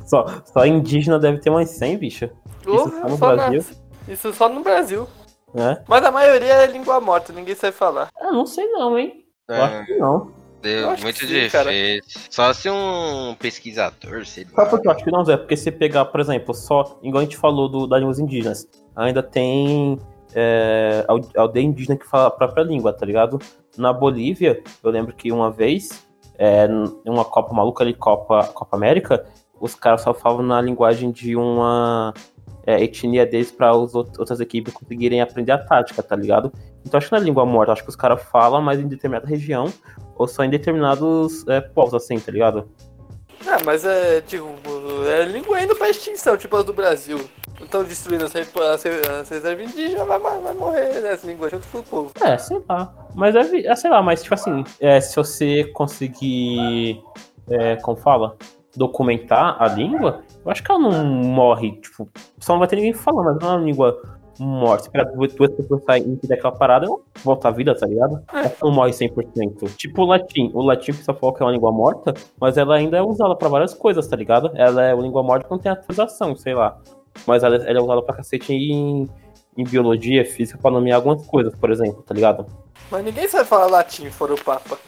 Speaker 1: Só, só indígena deve ter umas 100, bicho.
Speaker 2: Ou
Speaker 1: só no
Speaker 2: na-
Speaker 1: Brasil?
Speaker 2: isso só no Brasil.
Speaker 1: Né?
Speaker 2: Mas a maioria é língua morta, ninguém sabe falar.
Speaker 1: Eu não sei não, hein? Eu
Speaker 3: Ah,
Speaker 1: acho que não.
Speaker 3: deu
Speaker 2: eu acho que
Speaker 3: muito
Speaker 2: sim,
Speaker 3: difícil.
Speaker 2: cara.
Speaker 3: Só se um pesquisador, sei lá.
Speaker 1: Sabe por que eu acho que não, Zé? Porque se pegar, por exemplo, só, igual a gente falou do, das línguas indígenas, ainda tem é, al- aldeia indígena que fala a própria língua, tá ligado? Na Bolívia, eu lembro que uma vez, é, n- em uma Copa maluca ali, Copa, Copa América, os caras só falavam na linguagem de uma é, etnia deles para as outras equipes conseguirem aprender a tática, tá ligado? Então acho que não é língua morta, acho que os caras falam, mas em determinada região, ou só em determinados é, povos, assim, tá ligado?
Speaker 2: Ah, mas é, tipo, é língua indo pra extinção, tipo as do Brasil. Estão destruindo as, re- as, re- as reservas indígenas, vai, vai morrer né, as línguas junto com o povo.
Speaker 1: É, sei lá. Mas é, vi- é, sei lá, mas tipo assim, é, se você conseguir, é, como fala, documentar a língua, eu acho que ela não morre, tipo, só não vai ter ninguém falando, mas não é uma língua morta. Se pegar duas duas pessoas saírem daquela parada, ela volta à vida, tá ligado? Ela não morre 100%. Tipo o latim. O latim que só falou que é uma língua morta, mas ela ainda é usada pra várias coisas, tá ligado? Ela é uma língua morta que não tem atualização, sei lá. Mas ela, ela é usada pra cacete em em biologia, física, pra nomear algumas coisas, por exemplo, tá ligado?
Speaker 2: Mas ninguém sabe falar latim, fora o Papa.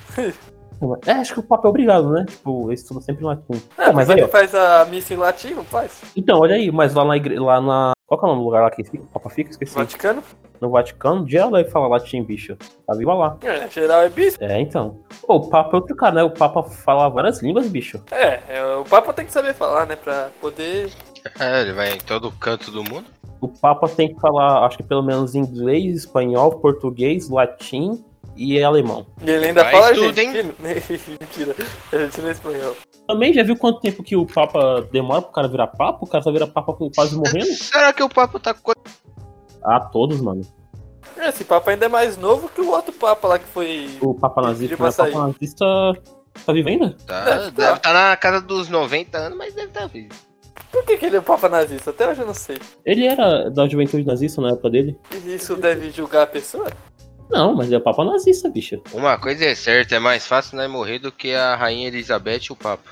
Speaker 1: É, acho que o papo é obrigado, né? Tipo, eu estudo sempre em latim.
Speaker 2: Ah,
Speaker 1: É,
Speaker 2: mas
Speaker 1: mas
Speaker 2: ele
Speaker 1: aí, ó.
Speaker 2: faz a missa em latim, não faz?
Speaker 1: Então, olha aí, mas lá na igreja, lá na... Qual que é o nome do lugar lá que fica? o Papa fica? Esqueci.
Speaker 2: Vaticano?
Speaker 1: No Vaticano, geral aí fala latim, bicho. Tá viva lá.
Speaker 2: É, geral é bispo.
Speaker 1: É, então. Pô, o Papa é outro cara, né? O Papa fala várias línguas, bicho.
Speaker 2: É, é, o Papa tem que saber falar, né? Pra poder.
Speaker 3: É, ele vai em todo canto do mundo.
Speaker 1: O Papa tem que falar, acho que pelo menos inglês, espanhol, português, latim e alemão.
Speaker 2: E ele ainda
Speaker 3: Faz
Speaker 2: fala
Speaker 3: tudo, hein?
Speaker 2: argentino. Mentira, argentino é espanhol.
Speaker 1: Também já viu quanto tempo que o Papa demora pro cara virar Papa? O cara só vira Papa com- quase morrendo?
Speaker 3: Será que o papo tá com.
Speaker 1: Ah, todos, mano.
Speaker 2: Esse Papa ainda é mais novo que o outro Papa lá que foi.
Speaker 1: O Papa Nazista,
Speaker 2: Pediu
Speaker 1: né?
Speaker 2: pra
Speaker 1: O Papa
Speaker 2: sair.
Speaker 1: Nazista tá vivo ainda?
Speaker 3: Tá, deve tá na casa dos 90 anos, mas deve estar vivo.
Speaker 2: Por que, que ele é o Papa nazista? Até hoje eu não sei.
Speaker 1: Ele era da juventude nazista na época dele?
Speaker 2: E isso deve julgar a pessoa?
Speaker 1: Não, mas ele é Papa Nazista, bicho.
Speaker 3: Uma coisa é certa, é mais fácil nós morrer do que a Rainha Elizabeth e o Papa.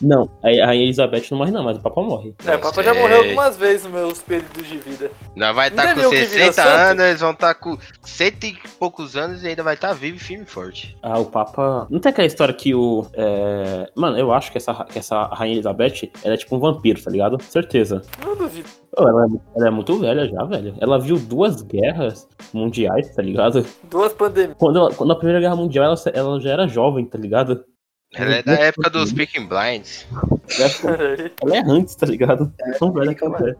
Speaker 1: Não, a a Rainha Elizabeth não morre não, mas o Papa morre.
Speaker 2: É, o Papa já
Speaker 3: sei.
Speaker 2: morreu algumas vezes nos meus períodos de vida.
Speaker 3: Nós vai
Speaker 2: Não
Speaker 3: estar
Speaker 2: é
Speaker 3: com
Speaker 2: meu que vira
Speaker 3: 60
Speaker 2: santo?
Speaker 3: anos, eles vão estar com cento e poucos anos e ainda vai estar vivo, firme e forte.
Speaker 1: Ah, o Papa... Não tem aquela história que o... é, Mano, eu acho que essa, ra- que essa Rainha Elizabeth, ela é tipo um vampiro, tá ligado? Certeza.
Speaker 2: Não duvido.
Speaker 1: Ô, ela, é- ela é muito velha já, velho. Ela viu duas guerras mundiais, tá ligado?
Speaker 2: Duas pandemias.
Speaker 1: Quando, ela- quando a Primeira Guerra Mundial, ela, ela já era jovem, tá ligado?
Speaker 3: Ela é da
Speaker 1: Uhum.
Speaker 3: época dos Picking Blinds.
Speaker 1: Ela é antes, tá ligado? Tão velha que ela é.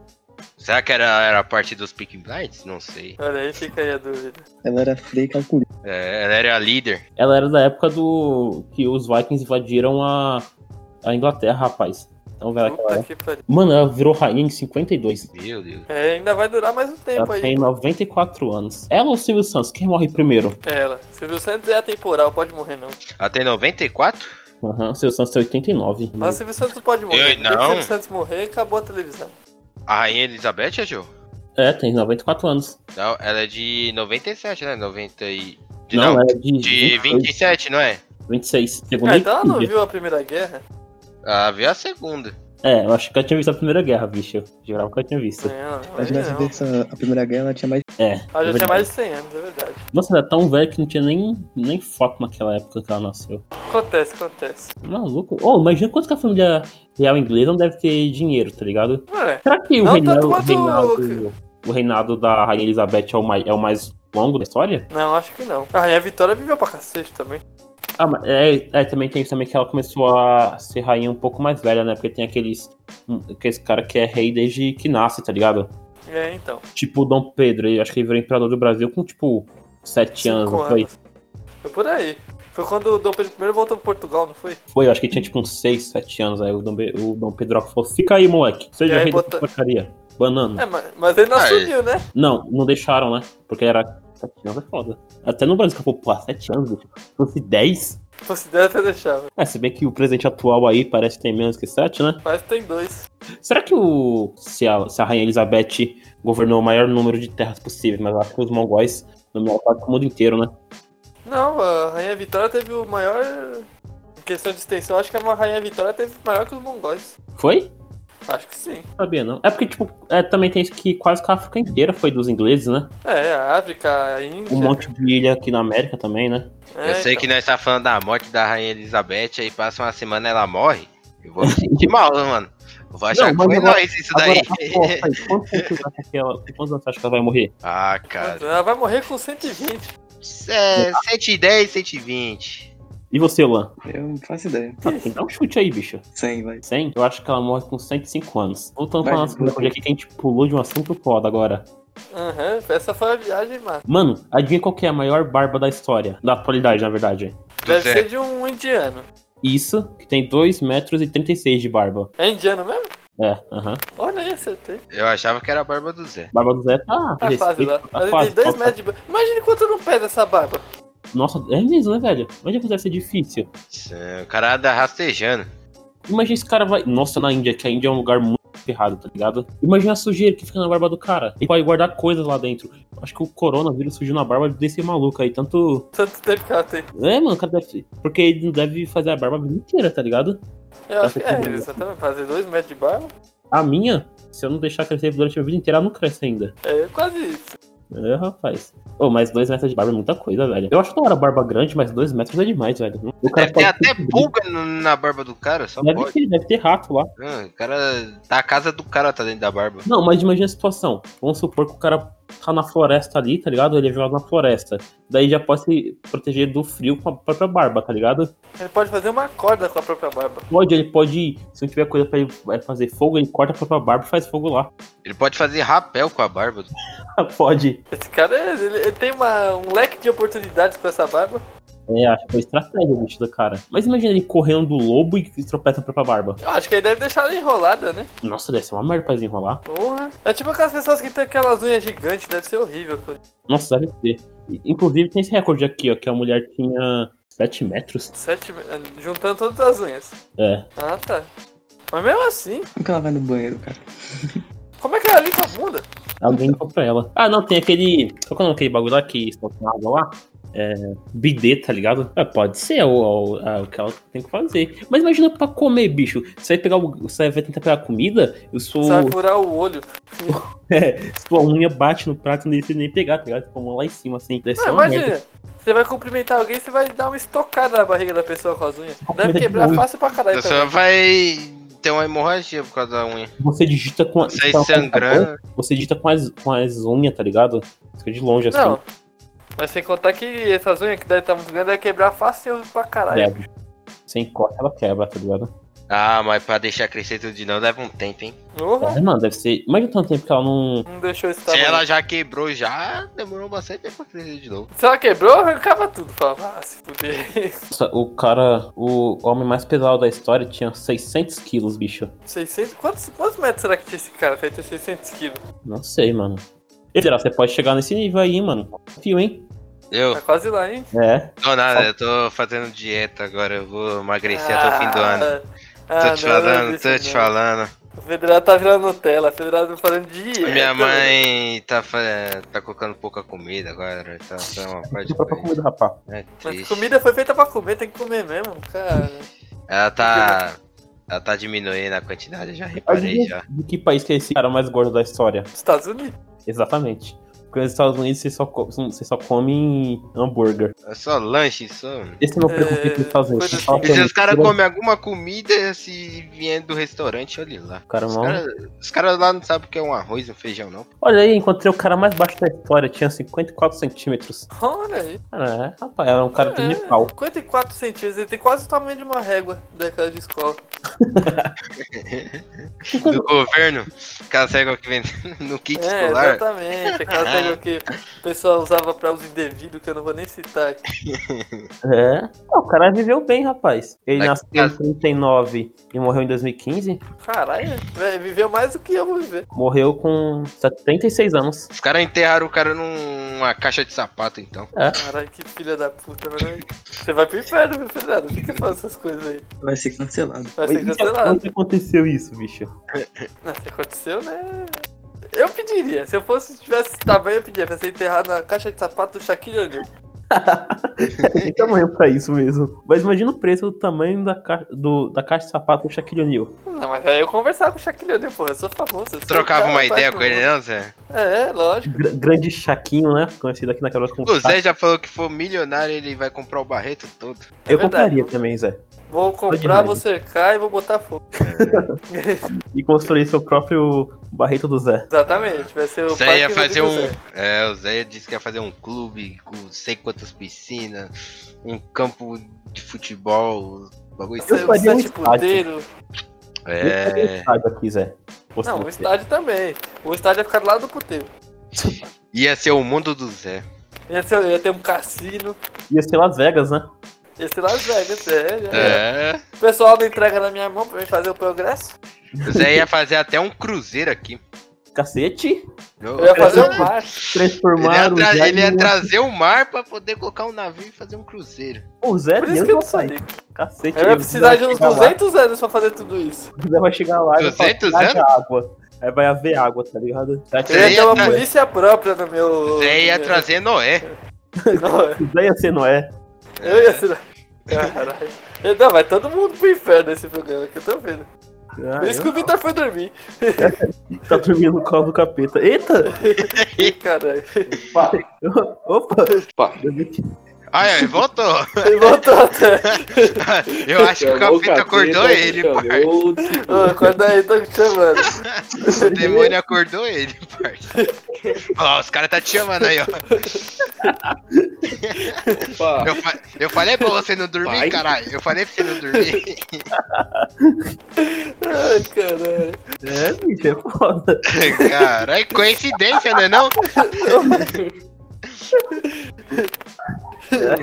Speaker 3: Será que era, era a parte dos Picking Blinds? Não sei.
Speaker 2: Olha aí, fica aí a dúvida.
Speaker 5: Ela era fria e calculista.
Speaker 3: É, ela era a líder.
Speaker 1: Ela era da época do. que os Vikings invadiram a, a Inglaterra, rapaz. Então, velho, aquela
Speaker 2: Puta
Speaker 1: era.
Speaker 2: que pariu.
Speaker 1: Mano, ela virou rainha em 52.
Speaker 3: Meu Deus.
Speaker 2: É, ainda vai durar mais um
Speaker 1: Ela
Speaker 2: tempo aí.
Speaker 1: tem 94 anos. Ela ou Silvio Santos? Quem morre primeiro?
Speaker 2: É Ela. Silvio Santos é atemporal, pode morrer não.
Speaker 3: Ela tem 94?
Speaker 1: Aham, Silvio Santos tem 89.
Speaker 2: Mas o Silvio Santos não pode morrer.
Speaker 3: Eu
Speaker 2: Depois que
Speaker 3: não.
Speaker 2: O Silvio Santos morrer, acabou a televisão.
Speaker 3: A Rainha Elizabeth, Joe?
Speaker 1: É, tem 94 anos.
Speaker 3: Não, ela é de 97, né? 90 e... De,
Speaker 1: Não,
Speaker 3: não,
Speaker 1: ela é de,
Speaker 3: de
Speaker 1: 20,
Speaker 3: 27, não é?
Speaker 1: 26. Segundo
Speaker 2: Ah,
Speaker 1: a
Speaker 2: então ela não
Speaker 1: Wikipedia.
Speaker 2: viu a Primeira Guerra?
Speaker 3: Ela Ah, viu a segunda.
Speaker 1: É, eu acho que eu tinha visto a Primeira Guerra, bicho. Jurava que eu tinha visto.
Speaker 2: Não, não,
Speaker 5: Mas nessa
Speaker 2: não.
Speaker 5: vez, a, a primeira guerra, ela tinha mais.
Speaker 1: É.
Speaker 2: Ela já
Speaker 1: verdade.
Speaker 2: tinha mais de 100 anos, é verdade.
Speaker 1: Nossa, ela é tão velha que não tinha nem, nem foto naquela época que ela nasceu.
Speaker 2: Acontece, acontece.
Speaker 1: Maluco. Oh, imagina quanto que a família real inglesa não deve ter dinheiro, tá ligado?
Speaker 2: Ué,
Speaker 1: Será que o
Speaker 2: Não,
Speaker 1: reinado,
Speaker 2: tanto quanto-
Speaker 1: reinado- o reinado da Rainha Elizabeth é o, mais, é o mais longo da história?
Speaker 2: não, acho que não. Ah, e a Vitória viveu pra cacete também.
Speaker 1: Ah, mas é, é, também tem isso também que ela começou a ser rainha um pouco mais velha, né? Porque tem aqueles, hum, aqueles cara que é rei desde que nasce, tá ligado?
Speaker 2: É, então.
Speaker 1: Tipo o Dom Pedro, ele acho que ele virou imperador do Brasil com tipo sete anos,
Speaker 2: Cinco
Speaker 1: não foi?
Speaker 2: anos. É por aí. Foi quando o Dom Pedro I voltou pra Portugal, não foi?
Speaker 1: Foi, eu acho que tinha tipo uns 6, 7 anos. Aí o Dom, Be- o Dom Pedro falou: fica aí, moleque.
Speaker 2: E
Speaker 1: Seja
Speaker 2: aí
Speaker 1: rei dessa
Speaker 2: botou-
Speaker 1: porcaria. Banana.
Speaker 2: É, mas, mas ele não
Speaker 3: Ah,
Speaker 2: assumiu, né?
Speaker 1: Não, não deixaram, né? Porque era 7 anos é foda. Até no Brasil, pô, pô, 7 anos, bicho. se fosse 10.
Speaker 2: Se fosse 10, até deixava.
Speaker 1: É, se bem que o presidente atual aí parece que tem menos que 7, né?
Speaker 2: Mas tem dois.
Speaker 1: Será que o. Se a, se a Rainha Elizabeth governou o maior número de terras possível, mas eu acho que os mongóis dominaram quase que o mundo inteiro, né?
Speaker 2: Não, a Rainha Vitória teve o maior. Em questão de extensão, acho que a Rainha Vitória teve maior que os mongóis.
Speaker 1: Foi?
Speaker 2: Acho que sim.
Speaker 1: Não sabia, não. É porque, tipo, é, também tem isso que quase que a África inteira foi dos ingleses, né?
Speaker 2: É, a África, a Índia.
Speaker 1: Um
Speaker 3: é.
Speaker 1: monte de ilha aqui na América também, né?
Speaker 2: É,
Speaker 3: eu sei
Speaker 2: então.
Speaker 3: que nós tá falando da morte da Rainha Elizabeth, aí passa uma semana ela morre. Eu vou me sentir mal, né, mano. Eu vou achar
Speaker 1: Não,
Speaker 3: que
Speaker 1: mas
Speaker 3: foi
Speaker 1: agora-
Speaker 3: nós isso
Speaker 1: Agora, tá
Speaker 3: daí.
Speaker 1: a aposta aí, quantos anos você acha que ela- quantos anos você acha que ela vai morrer?
Speaker 3: ah, cara.
Speaker 2: Ela vai morrer com 120.
Speaker 3: É, 110, 120.
Speaker 1: E você, Luan?
Speaker 5: Eu não faço ideia.
Speaker 1: Ah, tem que dar um chute aí, bicho.
Speaker 5: 100, vai.
Speaker 1: 100? Eu acho que ela morre com 105 anos. Voltando pra
Speaker 5: Vai,
Speaker 1: nossa
Speaker 5: desculpa.
Speaker 1: coisa aqui, que a gente pulou de um assunto foda agora.
Speaker 2: Aham, essa foi a viagem, mano.
Speaker 1: Mano, adivinha qual que é a maior barba da história? Da atualidade, na verdade.
Speaker 2: Deve
Speaker 3: Tudo
Speaker 2: ser de um indiano.
Speaker 1: Isso, que tem 2 metros e 36 de barba.
Speaker 2: É indiano mesmo?
Speaker 1: É, aham.
Speaker 2: Olha aí, acertei.
Speaker 3: Eu achava que era a barba do Zé.
Speaker 1: Barba do Zé tá...
Speaker 2: Tá fácil lá.
Speaker 1: tá
Speaker 2: Mas ele
Speaker 1: fácil,
Speaker 2: tem dois
Speaker 1: falta-
Speaker 2: metros de barba. Imagina quanto não pesa essa barba.
Speaker 1: Nossa, é mesmo, né, velho? Onde que deve ser difícil?
Speaker 3: É, O cara anda rastejando.
Speaker 1: Imagina esse cara vai... Nossa, na Índia, que a Índia é um lugar muito ferrado, tá ligado? Imagina a sujeira que fica na barba do cara. Ele pode guardar coisas lá dentro. Acho que o coronavírus surgiu na barba desse maluco aí, tanto...
Speaker 2: Tanto tempo que ela tem.
Speaker 1: É, mano, o cara deve... Porque ele não deve fazer a barba a vida inteira, tá ligado?
Speaker 2: Eu acho que é, eles exatamente. Fazer dois metros de barba
Speaker 1: A minha, se eu não deixar crescer durante a minha vida inteira, ela não cresce ainda.
Speaker 2: é quase isso.
Speaker 1: É, rapaz. Ô, mas dois metros de barba é muita coisa, velho. Eu acho da hora a barba grande, mas dois metros é demais, velho. O cara
Speaker 3: Deve ter
Speaker 1: pode-
Speaker 3: até pulga no- na barba do cara, só
Speaker 1: Deve
Speaker 3: pode.
Speaker 1: ter, deve ter rato lá.
Speaker 3: Ah, o cara. Tá a casa do cara tá dentro da barba.
Speaker 1: Não, mas imagina a situação. Vamos supor que o cara tá na floresta ali, tá ligado? Ele é jogado na floresta. Daí já pode se proteger do frio com a própria barba, tá ligado?
Speaker 2: Ele pode fazer uma corda com a própria barba.
Speaker 1: Pode, ele pode. Se não tiver coisa pra ele é, fazer fogo, ele corta a própria barba e faz fogo lá.
Speaker 3: Ele pode fazer rapel com a barba.
Speaker 1: pode.
Speaker 2: Esse cara, ele, ele tem uma, um leque de oportunidades com essa barba.
Speaker 1: É, acho que foi estratégia, bicho, do cara. Mas imagina ele correndo do lobo e tropeça a própria barba.
Speaker 2: Eu acho que ele deve deixar ela enrolada, né?
Speaker 1: Nossa, deve ser uma merda pra desenrolar.
Speaker 2: Porra. É tipo aquelas pessoas que tem aquelas unhas gigantes, deve ser horrível. pô.
Speaker 1: Nossa, deve ser. I- Inclusive tem esse recorde aqui, ó, que a mulher tinha 7 metros.
Speaker 2: Sete, me- juntando todas as unhas.
Speaker 1: É.
Speaker 2: Ah, tá. Mas mesmo assim,
Speaker 5: Como que ela vai no banheiro, cara?
Speaker 2: como é que ela limpa a bunda?
Speaker 1: Alguém deu pra ela. Ah, não, tem aquele. Qual que é o nome daquele bagulho lá que solta na água lá? É. Bidê, tá ligado? É, pode ser o, o- a- o que ela tem que fazer. Mas imagina pra comer, bicho. Você vai pegar o. Você vai tentar pegar a comida, eu sou.
Speaker 2: Você vai furar o olho.
Speaker 1: É, sua unha bate no prato e não deixa nem pegar, tá ligado? Fica a mão lá em cima, assim. Deve ser
Speaker 2: Não,
Speaker 1: uma merda.
Speaker 2: Ah, imagina. Você vai cumprimentar alguém, você vai dar uma estocada na barriga da pessoa com as unhas. Deve quebrar fácil pra
Speaker 3: A
Speaker 2: caralho.
Speaker 3: pessoa vai ter uma hemorragia por causa da unha.
Speaker 1: Você digita com a-
Speaker 3: Sai
Speaker 1: com a-
Speaker 3: sangrando.
Speaker 1: Você digita com as, com as unhas, tá ligado? Fica de longe, assim.
Speaker 2: Não. Mas sem contar que essas unhas que deve estar muito grande vai quebrar fácil pra caralho.
Speaker 1: Quebra. Você encosta, ela quebra, tá ligado?
Speaker 3: Ah, mas pra deixar crescer tudo de novo leva um tempo, hein?
Speaker 2: Porra,
Speaker 1: É, mano, deve ser. Imagina tanto tempo que ela não.
Speaker 2: não deixou esse
Speaker 3: Se
Speaker 2: tamanho.
Speaker 3: ela já quebrou, já demorou bastante tempo pra crescer de novo.
Speaker 2: Se ela quebrou, arrancava tudo. Falava, ah, se fuder.
Speaker 1: Nossa, o cara, o homem mais pesado da história tinha 600 quilos, bicho.
Speaker 2: 600? Quantos, quantos metros será que tinha esse cara? Feito 600 quilos.
Speaker 1: Não sei, mano. E Será que você pode chegar nesse nível aí, mano? Fio, hein?
Speaker 3: Eu
Speaker 2: Tá quase lá, hein?
Speaker 1: É.
Speaker 3: tô nada, eu tô fazendo dieta agora, eu vou emagrecer até o fim do ano.
Speaker 2: Ah,
Speaker 3: Tô te
Speaker 2: não,
Speaker 3: falando,
Speaker 2: bicho,
Speaker 3: tô te
Speaker 2: não.
Speaker 3: falando.
Speaker 2: O Federado tá virando Nutella, o Federado tá falando de.
Speaker 3: Minha mãe tá, fa- tá colocando pouca comida agora, tá fazendo uma parte de
Speaker 1: Só pra
Speaker 3: coisa.
Speaker 1: comida, rapaz.
Speaker 3: É
Speaker 2: Mas
Speaker 3: triste.
Speaker 2: comida foi feita pra comer, tem que comer mesmo, cara.
Speaker 3: Ela tá. Ela tá diminuindo a quantidade, eu já reparei já.
Speaker 1: Adivinha De que país que é esse cara mais gordo da história?
Speaker 2: Estados Unidos.
Speaker 1: Exatamente. Porque nos Estados Unidos você só, co- você só come hambúrguer.
Speaker 3: É só lanche, só.
Speaker 1: Esse é o meu
Speaker 2: É,
Speaker 1: preconceito nos Estados Unidos.
Speaker 2: coisa
Speaker 1: Fala
Speaker 2: assim.
Speaker 1: pra
Speaker 3: E se
Speaker 1: mim,
Speaker 3: os caras
Speaker 1: tira-
Speaker 3: comem alguma comida, se vier do restaurante, olha lá.
Speaker 1: Cara,
Speaker 3: Os
Speaker 1: mal.
Speaker 3: caras cara lá não sabem o que é um arroz e um feijão, não.
Speaker 1: Olha aí, encontrei o cara mais baixo da história, tinha 54 centímetros.
Speaker 2: Olha aí.
Speaker 1: Cara, é, rapaz, era um cara
Speaker 2: É,
Speaker 1: de pau.
Speaker 2: 54 centímetros, ele tem quase o tamanho de uma régua daquela de escola.
Speaker 3: Do governo, aquela cega que vem no
Speaker 2: É,
Speaker 3: kit escolar.
Speaker 2: exatamente. Aquela regra que o pessoal usava pra uso indevido, que eu não vou nem citar aqui.
Speaker 1: É. Ah, o cara viveu bem, rapaz. Ele
Speaker 3: Vai
Speaker 1: nasceu
Speaker 3: ficar-
Speaker 1: em 39 e morreu em 2015.
Speaker 2: Caralho, velho, viveu mais do que eu vou viver.
Speaker 1: Morreu com 76 anos.
Speaker 3: Os caras enterraram o cara numa caixa de sapato, então.
Speaker 2: Caralho, que filha da puta, mano. Você vai pro inferno, meu filhado. Por que que faz essas coisas aí?
Speaker 5: Vai ser cancelado.
Speaker 2: Vai ser
Speaker 1: Mas
Speaker 2: cancelado.
Speaker 1: Onde aconteceu isso, bicho?
Speaker 2: Não, se aconteceu, né? Eu pediria. Se eu fosse, tivesse tamanho, eu pediria pra ser enterrado na caixa de sapato do Shaquille O'Neal.
Speaker 1: Tem tamanho pra isso mesmo. Mas imagina o preço do tamanho da, ca... do- da caixa de sapato do Shaquille O'Neal.
Speaker 2: Não, mas aí eu conversava com o Shaquille O'Neal, porra. Eu sou famoso. eu sou o
Speaker 3: Trocava
Speaker 2: cara
Speaker 3: uma
Speaker 2: mais
Speaker 3: ideia com
Speaker 2: famoso.
Speaker 3: ele, né? não, Zé?
Speaker 2: É, lógico.
Speaker 1: Gr- grande Chaquinho, né? Conhecido aqui na Cabral como
Speaker 3: O Zé
Speaker 1: Chaco.
Speaker 3: já falou que for milionário, ele vai comprar o barreto todo.
Speaker 1: Eu
Speaker 2: verdade.
Speaker 1: compraria também, Zé.
Speaker 2: Vou comprar,
Speaker 1: demais.
Speaker 2: vou cercar e vou botar fogo.
Speaker 1: E construir seu próprio barreto do Zé.
Speaker 2: Exatamente. Vai ser o
Speaker 3: Zé
Speaker 2: parque
Speaker 3: ia
Speaker 2: do
Speaker 3: fazer
Speaker 2: Rodrigo
Speaker 3: um-
Speaker 2: Zé.
Speaker 3: É, o Zé disse que ia fazer um clube com sei quantas piscinas, um campo de futebol, bagulho. assim.
Speaker 1: Eu
Speaker 2: Vai ser
Speaker 1: faria
Speaker 2: um
Speaker 1: um
Speaker 2: sete
Speaker 1: estádio.
Speaker 2: puteiro.
Speaker 1: Eu faria um
Speaker 3: É,
Speaker 1: estádio aqui, Zé. Você
Speaker 2: Não, o estádio também. O estádio ia ficar do lado do puteiro.
Speaker 3: ia ser o mundo do Zé.
Speaker 2: Ia, ser, ia ter um cassino.
Speaker 1: Ia ser Las Vegas, né?
Speaker 2: Ia ser Las Vegas, é. já era.
Speaker 3: É.
Speaker 2: O pessoal não entrega na minha mão pra mim fazer o progresso.
Speaker 3: O Zé ia fazer até um cruzeiro aqui.
Speaker 1: Cacete.
Speaker 2: Eu ia fazer
Speaker 1: Ele
Speaker 2: o mar.
Speaker 1: Transformar
Speaker 3: ele ia,
Speaker 1: o
Speaker 3: tra-
Speaker 1: Zé
Speaker 3: ele ia
Speaker 1: em um-
Speaker 3: trazer o mar pra poder colocar um navio e fazer um cruzeiro.
Speaker 1: O Zé
Speaker 2: Por isso
Speaker 1: Deus
Speaker 2: que eu não
Speaker 1: vai sair.
Speaker 2: sabia.
Speaker 1: Cacete.
Speaker 2: Eu ia
Speaker 1: ele
Speaker 2: precisar
Speaker 1: vai
Speaker 2: de uns
Speaker 1: chegar lá,
Speaker 2: 200 anos pra fazer tudo isso.
Speaker 1: O Zé vai chegar lá e vai falar,
Speaker 3: 200
Speaker 1: "Traga
Speaker 3: anos?"
Speaker 1: água. Aí vai haver água, tá ligado? Vai
Speaker 2: Eu ia
Speaker 1: ter-
Speaker 2: ter uma
Speaker 3: tra-
Speaker 2: polícia própria no
Speaker 3: O
Speaker 2: meu.
Speaker 3: Zé ia
Speaker 2: no meu-
Speaker 3: trazer Noé.
Speaker 2: Não,
Speaker 1: O Zé ia ser é? Noé.
Speaker 2: eu ia ser. Caralho. Não, vai todo mundo pro inferno nesse programa que eu tô vendo.
Speaker 1: Ah,
Speaker 2: Por isso que o Vitor foi dormir.
Speaker 1: eu- Tá dormindo no colo do capeta. Eita!
Speaker 2: Ih, Caralho.
Speaker 1: Opa!
Speaker 6: Pá.
Speaker 3: Ai, ai, voltou.
Speaker 2: Ele voltou até.
Speaker 3: Eu acho que o
Speaker 6: Chamou
Speaker 3: capeta acordou
Speaker 6: capeta,
Speaker 2: né?
Speaker 3: ele,
Speaker 6: chamou
Speaker 3: parça.
Speaker 6: o discípulo.
Speaker 2: Ô, Acorda aí, tô te chamando.
Speaker 3: O demônio acordou ele, parça. Ó, os caras tá te chamando aí, ó.
Speaker 6: Pá,
Speaker 3: Eu, fa- eu falei pra você não dormir,
Speaker 6: Vai.
Speaker 3: caralho. Eu falei pra você não dormir.
Speaker 2: Ai, caralho.
Speaker 1: É, bicho, é foda.
Speaker 3: Caralho, coincidência, né não?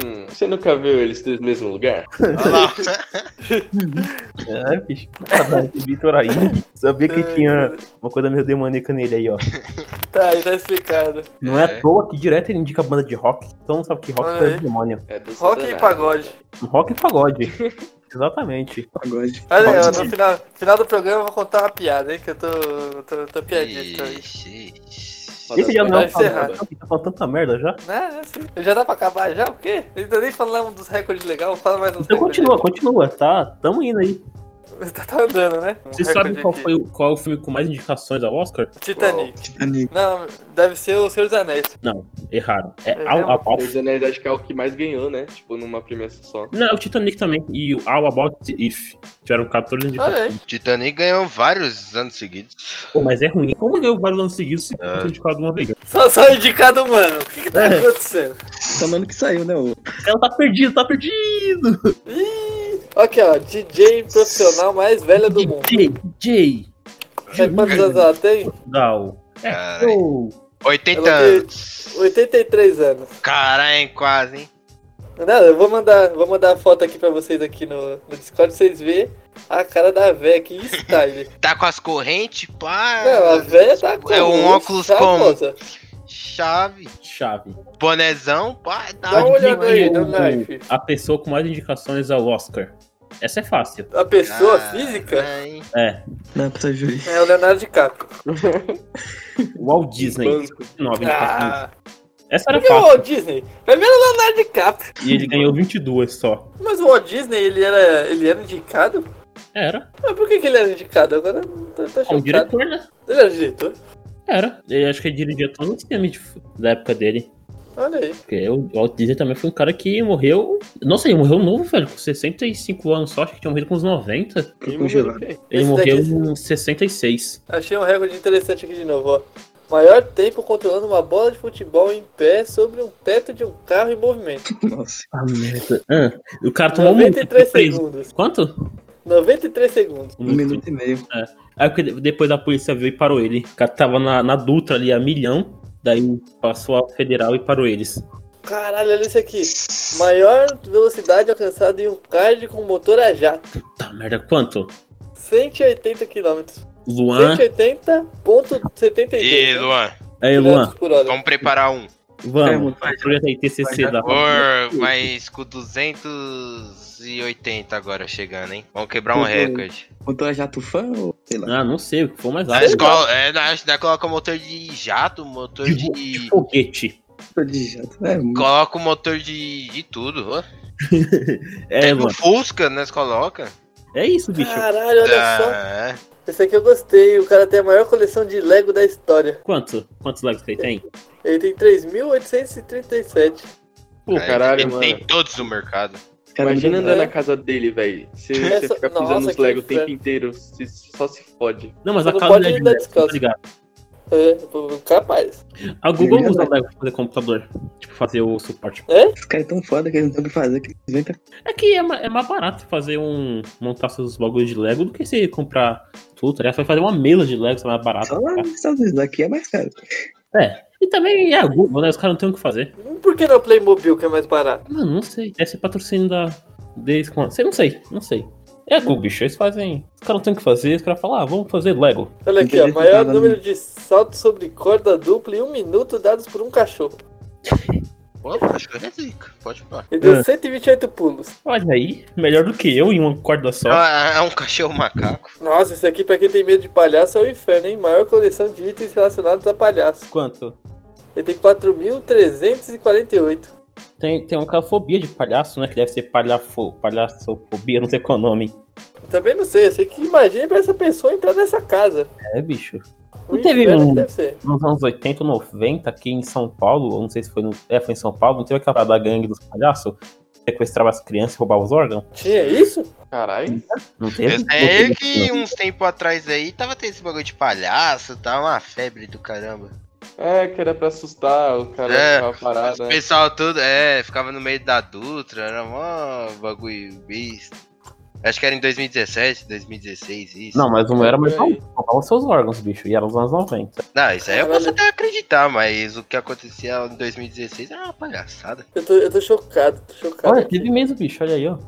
Speaker 6: hum, Você nunca viu eles no mesmo lugar?
Speaker 3: Olha lá.
Speaker 1: É, bicho. Caralho, esse Vitor aí. Sabia que tinha uma coisa meio demoníaca nele aí, ó.
Speaker 2: Tá, aí tá explicado.
Speaker 1: Não é
Speaker 3: É.
Speaker 1: à toa que direto ele indica banda de rock. Então sabe que rock
Speaker 2: Olha
Speaker 1: é
Speaker 2: aí.
Speaker 1: demônio. Um
Speaker 6: É do
Speaker 2: Rock e
Speaker 6: Satanás.
Speaker 2: pagode.
Speaker 1: Rock e pagode. Exatamente.
Speaker 5: Pagode.
Speaker 2: Olha, aí, ó,
Speaker 1: Pode
Speaker 2: no final, final do programa eu vou contar uma piada, hein? Que eu tô, tô, tô piadista aí.
Speaker 3: Ixi, ixi.
Speaker 6: Roda
Speaker 1: Esse já
Speaker 6: as
Speaker 1: não é
Speaker 2: Vai
Speaker 1: um
Speaker 6: pernas.
Speaker 2: encerrar.
Speaker 1: pagode, tá falando tanta merda já.
Speaker 2: Né? assim, Já dá pra acabar já? O quê? Ainda nem falamos dos recordes legais, fala mais uns
Speaker 1: Então
Speaker 2: recordes.
Speaker 1: continua, continua, tá? Tamo indo aí.
Speaker 2: Tá, tá andando, né? Um
Speaker 1: Você
Speaker 2: recorde
Speaker 1: sabe qual
Speaker 2: aqui.
Speaker 1: foi o, qual é o filme com mais indicações ao Oscar?
Speaker 2: Titanic.
Speaker 5: Titanic.
Speaker 2: Não, deve ser o Senhor dos Anéis.
Speaker 1: Erraram. É,
Speaker 2: É,
Speaker 1: All
Speaker 2: não.
Speaker 1: About.
Speaker 6: Os Anéis acho que é o que mais ganhou, né? Tipo, numa premiação só.
Speaker 1: Não, é o Titanic também. E o All About If. Tiveram 14 indicações.
Speaker 2: Olha aí.
Speaker 3: Titanic ganhou vários anos seguidos.
Speaker 1: Pô, mas é ruim. Como ganhou vários anos seguidos se
Speaker 3: É.
Speaker 1: foi indicado uma vez?
Speaker 2: Só, só indicado, mano. O que, que tá
Speaker 1: É.
Speaker 2: acontecendo?
Speaker 5: Só no ano que saiu, né? O
Speaker 1: O cara tá perdido, tá perdido.
Speaker 2: Aqui, ó. DJ profissional mais velha do mundo.
Speaker 1: DJ, DJ.
Speaker 2: Sabe quantos anos ela tem?
Speaker 1: Gal. É,
Speaker 3: Caralho.
Speaker 1: show.
Speaker 3: 80
Speaker 2: Ela tem-
Speaker 3: anos.
Speaker 2: 83 anos.
Speaker 3: Caralho, hein, quase, hein?
Speaker 2: Não, eu vou mandar, vou mandar a foto aqui pra vocês aqui no, no Discord, pra vocês verem a cara da véia, que style.
Speaker 3: Tá com as correntes, pá.
Speaker 2: Não, a véia tá com
Speaker 3: É um óculos como?
Speaker 2: chavosa.
Speaker 3: Chave.
Speaker 1: Chave.
Speaker 3: Bonezão, pá. é
Speaker 2: Dá uma
Speaker 3: Dá...
Speaker 2: olhada Tá aí, dá
Speaker 1: O-
Speaker 2: uma olhada aí.
Speaker 1: A pessoa com mais indicações ao Oscar. Essa é fácil.
Speaker 2: A pessoa
Speaker 3: Ah,
Speaker 2: física
Speaker 3: Caralho.
Speaker 1: É.
Speaker 5: na pessoa juiz.
Speaker 2: é o Leonardo DiCaprio.
Speaker 1: O Walt Disney.
Speaker 6: Banco.
Speaker 1: 29 indicações.
Speaker 2: Ah,
Speaker 1: Essa
Speaker 2: por
Speaker 1: era
Speaker 2: que o
Speaker 1: fácil.
Speaker 2: Walt Disney? Primeiro o Leonardo DiCaprio.
Speaker 1: E ele ganhou 22 só.
Speaker 2: Mas o Walt Disney, ele era, ele era indicado?
Speaker 1: Era.
Speaker 2: Mas por que, que ele era indicado? Agora eu
Speaker 1: É
Speaker 2: tô, tô
Speaker 1: Como
Speaker 2: chocado.
Speaker 1: diretor, né?
Speaker 2: Ele era diretor?
Speaker 1: Era. Ele acho que ele dirigia todo o cinema de- da época dele.
Speaker 2: Olha aí.
Speaker 1: Porque o Walt Disney também foi um cara que morreu. Nossa, ele morreu novo, velho. Com 65 anos só. Acho que tinha morrido com uns 90.
Speaker 6: Quem
Speaker 5: congelado.
Speaker 6: mandou quem?
Speaker 1: Ele
Speaker 2: Esse
Speaker 1: morreu
Speaker 2: daqui-
Speaker 1: com 66.
Speaker 2: Achei um recorde interessante aqui de novo, ó. Maior tempo controlando uma bola de futebol em pé sobre um teto de um carro em movimento.
Speaker 5: Nossa.
Speaker 1: Ah, merda. Ah, o cara tomou muito.
Speaker 2: 93
Speaker 1: três-
Speaker 2: segundos.
Speaker 1: Quanto?
Speaker 2: 93 segundos.
Speaker 5: Um minuto e meio.
Speaker 1: Aí porque depois a polícia veio e parou ele. O cara tava na, na Dutra ali a milhão. Daí passou ao federal e parou eles.
Speaker 2: Caralho, olha isso aqui. Maior velocidade alcançada em um card com motor a jato.
Speaker 1: Tá, merda, quanto?
Speaker 2: 180 km.
Speaker 1: Luan.
Speaker 2: 180.72
Speaker 3: E Luan,
Speaker 1: Aí, Luan,
Speaker 2: né? por hora.
Speaker 3: vamos preparar um.
Speaker 1: vamos. Projeta aí TCC da
Speaker 3: Por mais com 280 agora chegando, hein? Vamos quebrar um
Speaker 5: Uhum.
Speaker 3: recorde.
Speaker 5: Motor a jato fã ou sei lá?
Speaker 1: Ah, não sei, o que for mais
Speaker 2: Tá
Speaker 3: Na
Speaker 1: rápido.
Speaker 3: escola, é, na, na coloca motor de jato, motor
Speaker 1: De,
Speaker 3: de.
Speaker 1: vo- de foguete.
Speaker 5: Motor de jato. É,
Speaker 3: Coloca o motor de, de tudo. ó.
Speaker 1: É,
Speaker 3: no
Speaker 1: mano.
Speaker 3: Fusca, nós coloca.
Speaker 1: É isso, bicho.
Speaker 2: Caralho, olha só.
Speaker 3: Ah, é.
Speaker 2: Esse aqui eu gostei. O cara tem a maior coleção de Lego da história.
Speaker 1: Quanto? Quantos likes que ele tem?
Speaker 2: Ele tem 3.837.
Speaker 6: Pô,
Speaker 3: Cara,
Speaker 6: caralho,
Speaker 3: ele
Speaker 6: mano.
Speaker 3: tem todos no mercado.
Speaker 5: os caras
Speaker 6: Imagina
Speaker 5: não
Speaker 6: andar
Speaker 2: É.
Speaker 6: na casa dele, velho. Você,
Speaker 2: Essa-
Speaker 6: você fica pisando
Speaker 2: Nossa, é.
Speaker 6: nos
Speaker 2: que
Speaker 6: Lego o tempo
Speaker 2: inferno.
Speaker 6: inteiro. se- só se fode.
Speaker 1: Não, mas
Speaker 2: Você
Speaker 1: a
Speaker 2: não
Speaker 1: casa
Speaker 2: pode
Speaker 1: não é
Speaker 2: andar
Speaker 1: de tá
Speaker 2: descalço.
Speaker 1: ligado?
Speaker 2: É, capaz.
Speaker 1: A Google
Speaker 5: Ele é
Speaker 1: usa
Speaker 5: Lego.
Speaker 1: Lego pra fazer computador. Tipo, fazer o suporte.
Speaker 5: Os caras é tão foda que eles não sabem o que fazer. Que eles inventam-
Speaker 1: É que é, ma- é mais barato fazer um. montar seus bagulhos de Lego do que você comprar tudo, tá ligado? Você vai fazer uma mesa de Lego, isso é mais barato.
Speaker 2: Ah,
Speaker 5: Só
Speaker 1: tá?
Speaker 5: lá nos Estados Unidos. Aqui é mais caro.
Speaker 1: E também é a Google, né? Os caras não tem o que fazer. Ah,
Speaker 2: Hum, Por que não Playmobil, que é mais barato?
Speaker 1: Mano, não sei. Deve ser patrocínio da. deles com. Sei, não sei, não sei. É a Google, bicho. Eles fazem. Os caras não tem o que fazer, os caras falam, ah, vamos fazer Lego.
Speaker 2: Olha aqui, ó.
Speaker 5: Entendi,
Speaker 2: Maior
Speaker 5: cara.
Speaker 2: número de saltos sobre corda dupla em um minuto dados por um cachorro.
Speaker 3: Pô, acho que é zica. Pode falar.
Speaker 2: Ele deu
Speaker 1: É.
Speaker 2: 128 pulos.
Speaker 1: Olha aí, melhor do que eu em uma corda só.
Speaker 3: É, é um cachorro macaco.
Speaker 2: Nossa, esse aqui pra quem tem medo de palhaço é o inferno, hein? Maior coleção de itens relacionados a palhaço.
Speaker 1: Quanto?
Speaker 2: Ele tem 4.348.
Speaker 1: Tem, tem uma fobia de palhaço, né? Que deve ser palhafo, palhaçofobia, não sei qual é o nome.
Speaker 2: Também não sei, eu sei que imagine pra essa pessoa entrar nessa casa.
Speaker 1: É, bicho.
Speaker 2: O
Speaker 1: Não teve
Speaker 2: inferno
Speaker 1: um-
Speaker 2: que deve ser.
Speaker 1: Nos anos 80, 90, aqui em São Paulo, eu não sei se foi, no, é, foi em São Paulo, não teve aquela da gangue dos palhaços? Sequestrava as crianças e roubava os órgãos?
Speaker 2: Tinha isso?
Speaker 6: Caralho.
Speaker 1: Não teve?
Speaker 3: Eu
Speaker 1: Não né?
Speaker 3: sei
Speaker 1: teve,
Speaker 3: é que
Speaker 1: não.
Speaker 3: uns tempos atrás aí tava tendo esse bagulho de palhaço, tá uma febre do caramba.
Speaker 6: É, que era pra assustar o cara
Speaker 3: É,
Speaker 6: com a
Speaker 2: Tá
Speaker 6: parada.
Speaker 3: O pessoal tudo, é, ficava no meio da Dutra, era mó bagulho besta. Acho que era em 2017, 2016, isso.
Speaker 1: Não, mas não era mais
Speaker 6: É.
Speaker 1: não. Roubava seus órgãos, bicho. E era nos anos 90.
Speaker 3: Não, isso aí eu
Speaker 2: Caralho.
Speaker 3: posso até acreditar, mas o que acontecia em 2016 era uma palhaçada.
Speaker 2: Eu tô, eu tô chocado, tô chocado.
Speaker 1: Olha, teve um. mesmo, bicho. Olha aí, ó.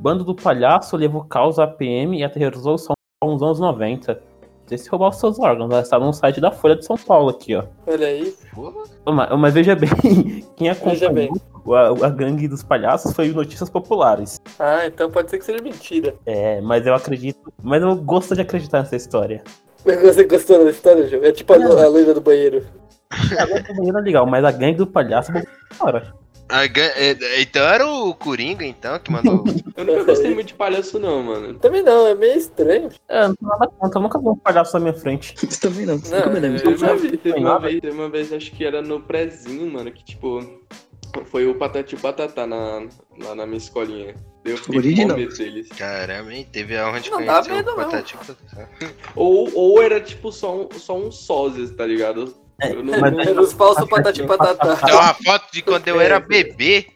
Speaker 1: Bando do palhaço levou causa à PM e aterrorizou São Paulo nos anos 90. Não sei se roubava seus órgãos. Ela estava no site da Folha de São Paulo aqui, ó.
Speaker 2: Olha aí.
Speaker 3: Pô,
Speaker 1: Ô, Mas, mas veja bem, quem
Speaker 2: Veja bem.
Speaker 1: acompanhou a, a gangue dos palhaços foi o Notícias Populares.
Speaker 2: Ah, então pode ser que seja mentira.
Speaker 1: É, mas eu acredito. Mas eu gosto de acreditar nessa história.
Speaker 2: Mas Você gostou da história, Ju? É tipo a, lo- a loira do banheiro.
Speaker 1: Agora também era legal, mas a gangue do palhaço bom, fora.
Speaker 3: a gan- é, é, então era o Coringa, então, que mandou.
Speaker 6: Eu nunca gostei muito de palhaço, não, mano.
Speaker 2: Também não, é meio estranho.
Speaker 1: É, não tem nada contra, eu nunca vi um palhaço na minha frente.
Speaker 5: Isso também não. Isso é
Speaker 2: Não,
Speaker 5: também não.
Speaker 6: Teve uma, vez, teve, uma
Speaker 1: nada.
Speaker 6: vez, teve uma vez, acho que era no prézinho, mano, que tipo. Foi o Patati e o Patatá na, lá na minha escolinha. Eu fiquei com
Speaker 5: Original.
Speaker 6: medo deles.
Speaker 3: Caramba, hein? Teve aonde
Speaker 2: Não dá
Speaker 3: conheceu
Speaker 2: medo,
Speaker 3: o
Speaker 2: não.
Speaker 3: Patati e Patatá.
Speaker 6: Ou, ou era tipo só um, só um sósias, tá ligado? Eu não,
Speaker 1: É, mas- tá
Speaker 6: não-
Speaker 2: Os falsos patati patatá.
Speaker 3: Tem uma foto de quando eu era bebê.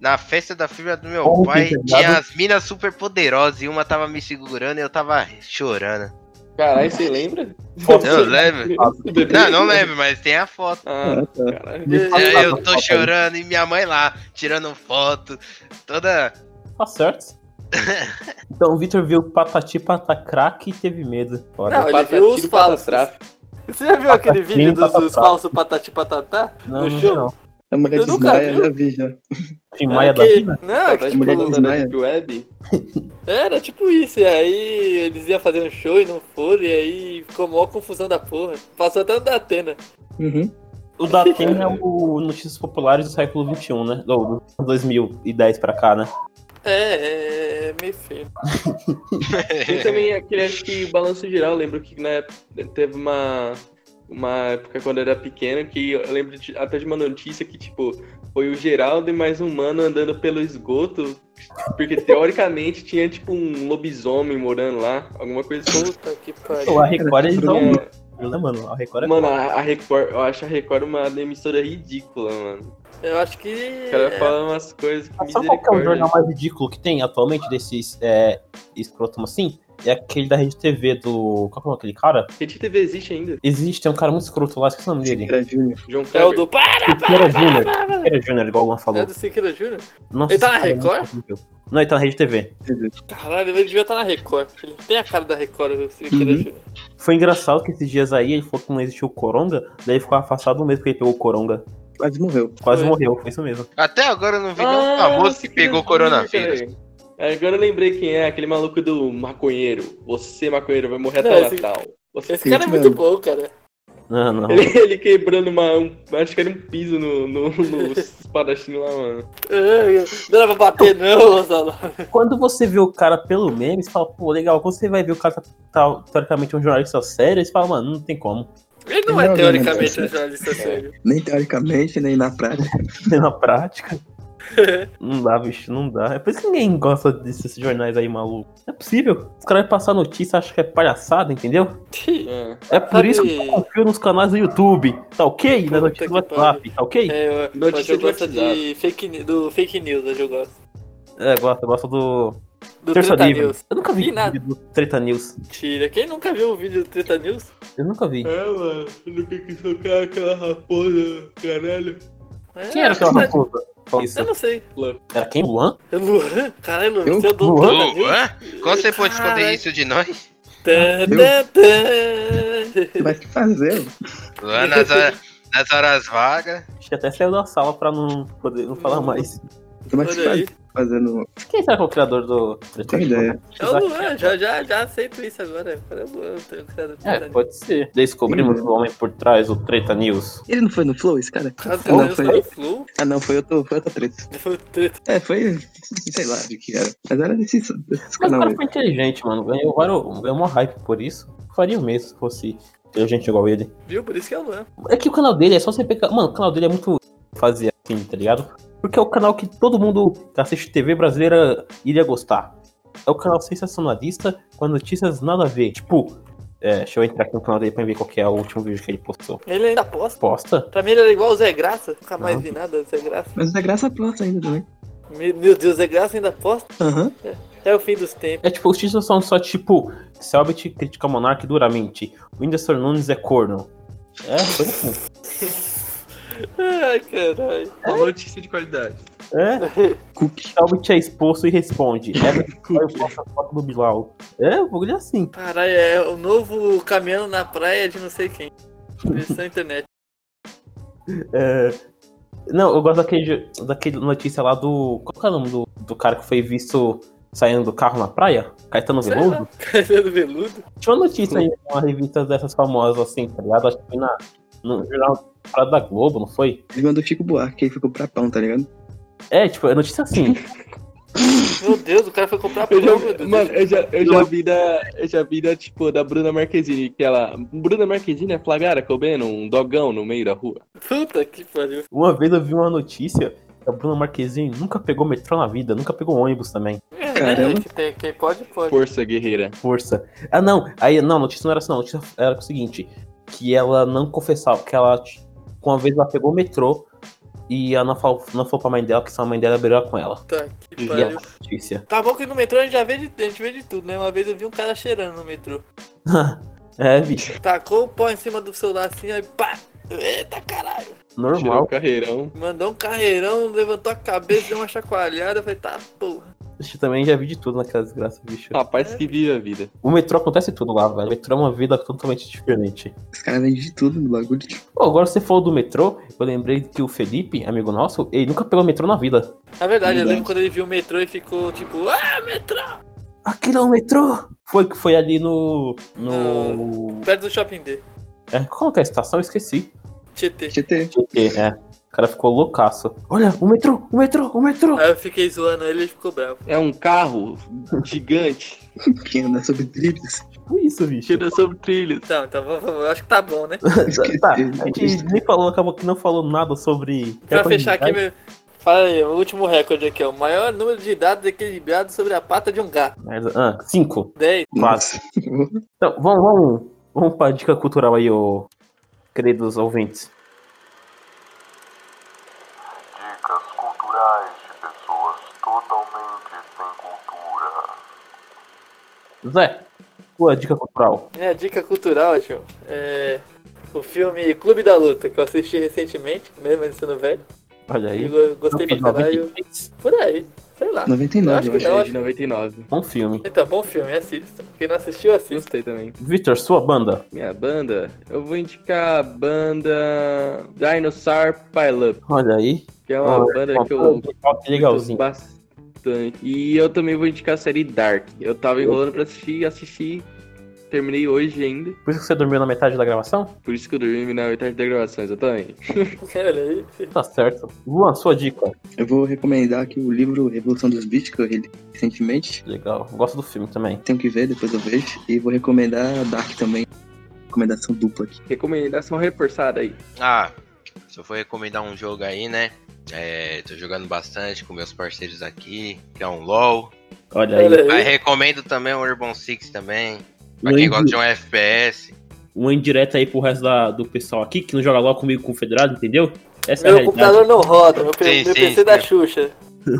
Speaker 3: Na festa da filha do meu
Speaker 1: Ontem,
Speaker 3: pai,
Speaker 1: tá ligado?
Speaker 3: tinha as minas super poderosas e uma tava me segurando e eu tava chorando.
Speaker 6: Caralho, você lembra?
Speaker 3: Eu lembro. Não, não lembro, mas tem a foto.
Speaker 6: Ah,
Speaker 5: Ah,
Speaker 1: É.
Speaker 5: tá.
Speaker 6: caralho.
Speaker 1: Me fala
Speaker 3: Eu,
Speaker 1: essa
Speaker 3: eu
Speaker 1: foto
Speaker 3: tô
Speaker 1: aí.
Speaker 3: chorando e minha mãe lá, tirando foto. Toda.
Speaker 1: Tá certo. então o Victor viu Patati Patacraque e teve medo. Fora.
Speaker 2: Não, ele
Speaker 6: Patati
Speaker 2: viu os
Speaker 6: e
Speaker 2: falsos.
Speaker 6: Patatá.
Speaker 2: Você já viu aquele
Speaker 1: Tá
Speaker 2: vídeo dos, dos falsos patati patatá?
Speaker 1: Não, não,
Speaker 2: no
Speaker 1: vi,
Speaker 2: show?
Speaker 1: não.
Speaker 5: A mulher
Speaker 2: Eu nunca
Speaker 5: desmaia,
Speaker 2: vi. né?
Speaker 5: já vi já.
Speaker 1: Tim Maia
Speaker 2: É
Speaker 1: da
Speaker 2: que-
Speaker 1: vida?
Speaker 2: Não, é que,
Speaker 6: Patati e
Speaker 2: tipo,
Speaker 5: mulher
Speaker 6: Patatá
Speaker 5: desmaia.
Speaker 6: da Deep Web.
Speaker 2: era tipo isso. E aí eles iam fazer um show e não foram. E aí ficou maior confusão da porra. Passou até no da Atena.
Speaker 5: Uhum.
Speaker 1: O Datem é o Notícias Populares do século XXI, né? Ou do 2010 pra cá, né?
Speaker 2: É, é, é meio feio.
Speaker 6: Tem também aquele, acho que balanço geral, eu lembro que na época teve uma, uma época quando eu era pequeno que eu lembro de- até de uma notícia que, tipo, foi o Geraldo e mais um mano andando pelo esgoto, porque teoricamente tinha, tipo, um lobisomem morando lá, alguma coisa assim.
Speaker 2: Puta que
Speaker 1: Pô,
Speaker 2: pariu.
Speaker 1: a Record eles dão
Speaker 6: Tinha-
Speaker 1: lucro, né, mano? A Record é
Speaker 6: Mano, a, a Record, eu acho a Record uma emissora ridícula, mano.
Speaker 2: Eu acho que.
Speaker 6: O cara
Speaker 2: É.
Speaker 6: fala umas coisas que
Speaker 1: Sabe qual que é o jornal
Speaker 6: misericórdia.
Speaker 1: mais ridículo que tem atualmente desses é, escrotos assim? é aquele da Rede TV do. Qual que é o nome daquele cara?
Speaker 6: Rede TV existe ainda.
Speaker 1: Existe, tem um cara muito escroto lá, esqueci o
Speaker 5: É,
Speaker 1: nome dele.
Speaker 5: Era Júnior.
Speaker 6: João
Speaker 2: É o
Speaker 6: Kleber.
Speaker 2: do Para!
Speaker 1: Siqueira Júnior. Siqueira Júnior, igual alguma
Speaker 2: É
Speaker 1: falou.
Speaker 2: do Siqueira Júnior?
Speaker 1: Nossa,
Speaker 2: Ele tá na
Speaker 1: esse cara é muito
Speaker 2: Record?
Speaker 1: horrível. Não, ele tá na Rede TV.
Speaker 2: Caralho, ele devia estar na Record. Ele tem a cara da Record, o Siqueira
Speaker 5: Uhum.
Speaker 2: Júnior.
Speaker 1: Foi engraçado que esses dias aí ele falou que não existiu o Coronga, daí ele ficou afastado mesmo que ele pegou o Coronga.
Speaker 5: Quase morreu.
Speaker 1: Quase
Speaker 2: Foi.
Speaker 1: morreu, foi isso mesmo.
Speaker 3: Até agora eu não vi nenhum
Speaker 6: Ah,
Speaker 3: famoso que
Speaker 6: Siqueira
Speaker 3: pegou
Speaker 6: Júnior,
Speaker 3: coronavírus.
Speaker 6: cara. Agora eu lembrei quem é, aquele maluco do maconheiro. Você, maconheiro, vai morrer até
Speaker 2: Não,
Speaker 6: o
Speaker 2: esse-
Speaker 6: Natal. Você...
Speaker 2: Esse cara é
Speaker 5: Sim,
Speaker 2: muito
Speaker 5: mano.
Speaker 2: bom, cara.
Speaker 1: Não, não.
Speaker 6: Ele, ele quebrando uma. um- acho que era um piso no, no, no espadachim lá, mano.
Speaker 2: Ai, Não era pra bater, não, Gonzalo.
Speaker 1: Quando você vê o cara pelo meme, você fala, pô, legal. Quando você vai ver o cara tá, tá teoricamente um jornalista sério, você fala, mano, não tem como.
Speaker 2: Ele não é
Speaker 5: Não,
Speaker 2: teoricamente
Speaker 5: não,
Speaker 2: um jornalista sério.
Speaker 5: Nem teoricamente, nem na prática.
Speaker 1: Na prática. Não dá, bicho, não dá. É por isso que ninguém gosta desses jornais aí malucos. Não é possível. Os caras vão passar notícia, acham que é palhaçada, entendeu?
Speaker 6: É.
Speaker 1: É por
Speaker 2: Sabe-
Speaker 1: isso que eu confio nos canais do YouTube. Tá ok? Na
Speaker 2: Puta
Speaker 1: notícia do
Speaker 2: que pariu.
Speaker 1: WhatsApp, tá ok?
Speaker 2: É, eu-
Speaker 6: Notícia
Speaker 2: mas eu
Speaker 6: de
Speaker 2: gosto
Speaker 6: WhatsApp.
Speaker 2: de fake, ne- do fake news, hoje eu gosto.
Speaker 1: É, gosta, gosta do
Speaker 2: Do
Speaker 1: Terça
Speaker 2: Treta
Speaker 1: Livre.
Speaker 2: News.
Speaker 1: Eu nunca vi
Speaker 2: Vi nada.
Speaker 1: vídeo do Treta News.
Speaker 2: Mentira. Quem nunca viu o vídeo do Treta News?
Speaker 1: Eu nunca vi.
Speaker 6: É, mano, não tem que socar aquela raposa, caralho.
Speaker 2: É,
Speaker 1: Quem era aquela
Speaker 2: eu não-
Speaker 1: raposa? Fala Isso.
Speaker 2: Eu não sei.
Speaker 1: Era quem? Luan?
Speaker 2: É Luan? Caralho, Luan,
Speaker 5: Eu?
Speaker 2: você é o do
Speaker 1: Luan?
Speaker 2: Treta News?
Speaker 3: Luan? Como você pode esconder
Speaker 2: Caraca.
Speaker 3: isso de nós?
Speaker 2: Tã, tã, tã.
Speaker 5: Vai que fazer. ó.
Speaker 3: Luan, nas horas, nas horas vagas.
Speaker 1: Acho que até saiu da sala pra não poder não falar mais.
Speaker 5: Vai que
Speaker 2: Olha aí.
Speaker 5: fazer. Fazendo.
Speaker 1: Quem será que é o criador do Treta
Speaker 5: Tem
Speaker 1: News?
Speaker 5: ideia.
Speaker 2: É o Luan, já, já, já aceito isso agora. Agora é o Luan, eu quero
Speaker 1: É, pode ser. Descobrimos o homem por trás do Treta News.
Speaker 5: Ele não foi no Flow, esse cara? Ah,
Speaker 2: Caso
Speaker 5: Não,
Speaker 2: eu
Speaker 5: foi-
Speaker 2: saiba o Flu,
Speaker 5: Ah, não, foi outro, foi outra treta.
Speaker 2: foi o treta.
Speaker 5: É, foi. Sei lá de que era. Mas era desse, desse
Speaker 1: Mas o
Speaker 5: canal
Speaker 1: cara
Speaker 5: mesmo.
Speaker 1: foi inteligente, mano. Ganhou, vários- ganhou uma hype por isso. Faria o mesmo se fosse inteligente igual ele.
Speaker 2: Viu? Por isso que é o Luan.
Speaker 1: É que o canal dele é só você pegar. Mano, o canal dele é muito fazer assim, tá ligado? Porque é o canal que todo mundo que assiste TV brasileira iria gostar. É o canal sensacionalista com notícias nada a ver. Tipo, é, deixa eu entrar aqui no canal dele pra ver qual que é o último vídeo que ele postou.
Speaker 2: Ele ainda aposta.
Speaker 1: Posta?
Speaker 2: Pra mim ele era igual o Zé Graça. Nunca mais
Speaker 1: Não.
Speaker 2: vi nada do Zé Graça.
Speaker 5: Mas o da graça planta ainda né? também.
Speaker 2: Meu meu Deus, o Zé Graça ainda aposta?
Speaker 5: Aham.
Speaker 2: É o fim dos tempos.
Speaker 1: É tipo, os títulos são só tipo: Selbit critica Monark duramente. Whindersson Nunes é corno. É, foi assim.
Speaker 2: Ai, caralho.
Speaker 6: Uma notícia de qualidade.
Speaker 1: É.
Speaker 5: Cook.
Speaker 1: Selbit é expulso e responde. É, eu posto a foto do Bilal. É, o bagulho é assim.
Speaker 2: Caralho, é o novo caminhando na praia de não sei quem. Versão internet.
Speaker 1: É, Não, eu gosto daquele, daquele notícia lá do. Qual que é o nome do, do cara que foi visto saindo do carro na praia? Caetano
Speaker 2: Sei
Speaker 1: Veloso?
Speaker 2: Cabelo veludo.
Speaker 1: Tinha uma notícia aí, uma revista dessas famosas, assim, tá ligado? Acho que foi na, no jornal Parada da Globo, não foi?
Speaker 5: Ele mandou Chico Buarque, que ele ficou pra pão, tá ligado?
Speaker 1: É, tipo, é notícia assim.
Speaker 2: Meu Deus, o cara foi comprar pão,
Speaker 6: Eu já,
Speaker 2: meu Deus.
Speaker 6: mano, eu já, eu já vi da. Eu já vi da, tipo, da Bruna Marquezine, que ela. Bruna Marquezine é flagrada comendo um dogão no meio da rua.
Speaker 2: Puta que pariu.
Speaker 1: Uma vez eu vi uma notícia que a Bruna Marquezine nunca pegou metrô na vida, nunca pegou ônibus também.
Speaker 2: É,
Speaker 5: Caramba.
Speaker 2: que tem- Quem pode, pode.
Speaker 6: Força guerreira.
Speaker 1: força. Ah, não. Aí, não, a notícia não era assim, não. A notícia era o seguinte: que ela não confessava, que ela. com Uma vez ela pegou o metrô e ela não falou, não falou pra mãe dela, que só a mãe dela brigou com ela.
Speaker 2: Puta que
Speaker 1: E
Speaker 2: pariu.
Speaker 1: essa notícia.
Speaker 2: Tá bom que no metrô a gente já vê de, a gente vê de tudo, né? Uma vez eu vi um cara cheirando no metrô.
Speaker 1: é, bicho,
Speaker 2: Tacou o pó em cima do celular assim, aí pá! Eita caralho!
Speaker 6: Tirou o
Speaker 1: normal.
Speaker 6: carreirão.
Speaker 2: Mandou um carreirão, levantou a cabeça, deu uma chacoalhada, eu falei, tá porra.
Speaker 1: Bicho, também já vi de tudo naquela desgraça, bicho.
Speaker 6: Rapaz que vive a vida.
Speaker 1: O metrô acontece tudo lá, velho. O metrô é uma vida totalmente diferente.
Speaker 5: Os caras vendem de tudo no bagulho. Tipo,
Speaker 1: Pô, agora você falou do metrô, eu lembrei que o Felipe, amigo nosso, ele nunca pegou metrô na vida.
Speaker 2: Na verdade, eu
Speaker 5: Verdade.
Speaker 2: lembro quando ele viu o metrô e ficou tipo, ah, metrô!
Speaker 1: Aquilo é um metrô! Foi que foi ali no. no.
Speaker 2: Perto do shopping D,
Speaker 1: É, qual que é a estação? Eu esqueci.
Speaker 2: Tietê.
Speaker 5: GT.
Speaker 1: GT, é. O cara ficou loucaço. Olha, o metrô, o metrô, o metrô.
Speaker 2: Aí eu fiquei zoando ele e ficou bravo.
Speaker 6: É um carro gigante.
Speaker 5: Quem anda um né, sobre dribles.
Speaker 1: Tipo isso, bicho.
Speaker 6: Tira sobre trilhos.
Speaker 2: Então, então vamos- vamos, acho que tá bom, né?
Speaker 1: Tá, a gente nem falou, acabou que não falou nada sobre. né?
Speaker 2: Pra fechar aqui, meu... fala aí, o último recorde aqui, ó. O maior número de dados equilibrados sobre a pata de um gato.
Speaker 1: Merda. Ah, cinco.
Speaker 2: 10.
Speaker 1: Quase. Então, vamos, vamos, vamos pra dica cultural aí, ô, queridos ouvintes.
Speaker 7: Dicas culturais de pessoas totalmente sem cultura.
Speaker 1: Zé, Sua dica cultural.
Speaker 2: Minha dica cultural, tio, é o filme Clube da Luta, que eu assisti recentemente, mesmo sendo velho.
Speaker 1: Olha
Speaker 2: E
Speaker 1: aí.
Speaker 2: eu gostei pra caralho.
Speaker 1: 93,
Speaker 2: Por aí, sei lá. Eu
Speaker 5: 99,
Speaker 2: acho
Speaker 5: eu
Speaker 2: que
Speaker 5: acho.
Speaker 2: não,
Speaker 4: É
Speaker 2: acho
Speaker 4: de 99.
Speaker 1: Bom filme.
Speaker 2: Então, bom filme, assista. Quem não assistiu, assista.
Speaker 4: Gostei também.
Speaker 1: Victor, sua banda.
Speaker 6: Minha banda, eu vou indicar a banda Dinosaur Pile Up,
Speaker 1: Olha aí.
Speaker 6: que é uma
Speaker 1: Olha,
Speaker 6: banda
Speaker 1: uma
Speaker 6: que eu
Speaker 1: banda
Speaker 6: gosto
Speaker 1: Ah, tá legalzinho.
Speaker 6: bastante. E eu também vou indicar a série Dark. Eu tava enrolando pra assistir, assisti, terminei hoje ainda.
Speaker 1: Por isso que você dormiu na metade da gravação?
Speaker 6: Por isso que eu dormi na metade da gravação, exatamente.
Speaker 2: Olha aí.
Speaker 1: Tá certo. Luan, sua dica.
Speaker 5: Eu vou recomendar aqui o livro Revolução dos Beats, que eu li recentemente.
Speaker 1: Legal. Gosto do filme também.
Speaker 5: Tenho que ver, depois eu vejo. E vou recomendar a Dark também. Recomendação dupla aqui.
Speaker 6: Recomendação reforçada aí.
Speaker 3: Ah, se eu for recomendar um jogo aí, né? É, tô jogando bastante com meus parceiros aqui, que é um LOL.
Speaker 1: Olha aí.
Speaker 2: Olha
Speaker 3: Aí
Speaker 2: aí.
Speaker 3: recomendo também o Urban Six também.
Speaker 1: Uma
Speaker 3: Pra quem
Speaker 1: indi-
Speaker 3: gosta de um FPS.
Speaker 1: Uma indireta aí pro resto da- do pessoal aqui, que não joga logo comigo com o Federado, entendeu? Essa é a
Speaker 2: Meu
Speaker 1: realidade.
Speaker 2: computador não roda, meu,
Speaker 3: Sim,
Speaker 2: meu
Speaker 3: sim,
Speaker 2: PC
Speaker 3: sim.
Speaker 2: da Xuxa.